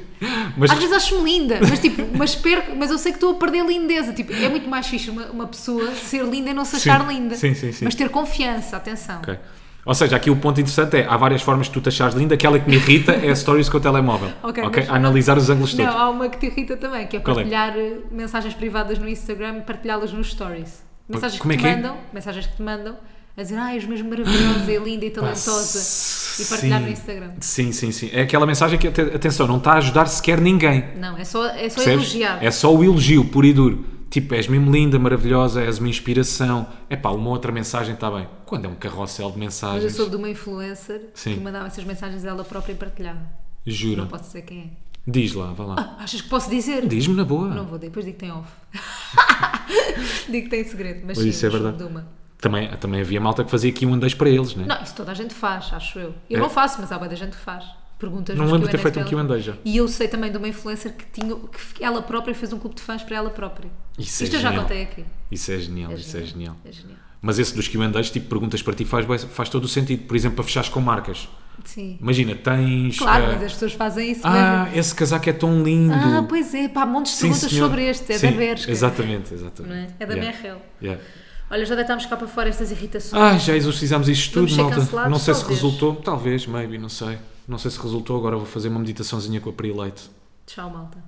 Mas Às vezes acho-me linda, mas tipo, mas perco, mas eu sei que estou a perder lindeza. Tipo, é muito mais fixe uma, uma pessoa ser linda e não se Sim, achar linda. sim, sim, sim. Mas ter confiança, atenção. Ok. Ou seja, aqui o ponto interessante é, há várias formas de tu te achares linda, aquela que me irrita é stories com o telemóvel. Ok, mas- Analisar os ângulos todos. Não, há uma que te irrita também, que é Qual é? partilhar eh, mensagens privadas no Instagram e partilhá-las nos stories. Mensagens Como que te é que é? mandam, mensagens que te mandam a dizer, ai, és mesmo maravilhosa, e linda e talentosa. Pá, e partilhar no sim. Instagram. Sim, sim, sim. É aquela mensagem que, ate- atenção, não está a ajudar sequer ninguém. Não, é só, é só Percebes? elogiar. É só o elogio, puro e duro. Tipo, és mesmo linda, maravilhosa, és uma inspiração. É pá, uma outra mensagem está bem. Quando é um carrossel de Mas eu mensagens, soube de uma influencer Sim. que mandava essas mensagens a ela própria e partilhava. juro. Não posso dizer quem é. Diz lá, vá lá. Achas que posso dizer? Diz-me na boa. Não vou, depois digo que tem off. digo que tem segredo, mas Mas sim, isso é soube verdade. de uma. Também, também havia malta que fazia aqui um andejo para eles, né? Não, isso toda a gente faz, acho eu. Eu É. não faço, mas há boa da gente que faz. Perguntas Não nos lembro de ter Q&As feito um dela. Q&A já. E eu sei também de uma influencer que, tinha, que ela própria fez um clube de fãs para ela própria. Isso é Isto eu já genial. contei aqui. Isso é genial, isso é genial. É genial. Mas esse dos Q&As, tipo, perguntas para ti faz, bué- faz todo o sentido. Por exemplo, para fechares com marcas. Sim. Imagina, tens... Claro, eh, mas as pessoas fazem isso ah, mesmo. esse casaco é tão lindo. Ah, pois é, pá, montes de Sim, perguntas senhor. sobre este, é Sim, da Bershka. Exatamente, Não exatamente. é? É da Yeah, Merrell. yeah. Olha, já deitámos cá para fora estas irritações. Ah, já exorcizamos isto Vamos tudo, ser malta. cancelados, Não sei se talvez. resultou. Talvez, maybe, não sei. Não sei se resultou. Agora vou fazer uma meditaçãozinha com a Pri Leite. Tchau, malta.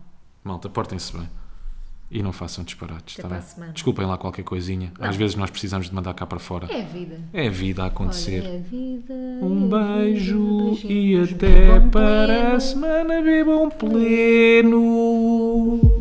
Malta, portem-se bem. E não façam disparates, Até tá para a bem? semana. Desculpem lá qualquer coisinha. Às vezes nós precisamos de mandar cá para fora. É a vida. É, a vida a acontecer. Olha, é a vida. Um é a beijo vida. e Beijinhos. até Bom para a pleno. semana. Bebam pleno.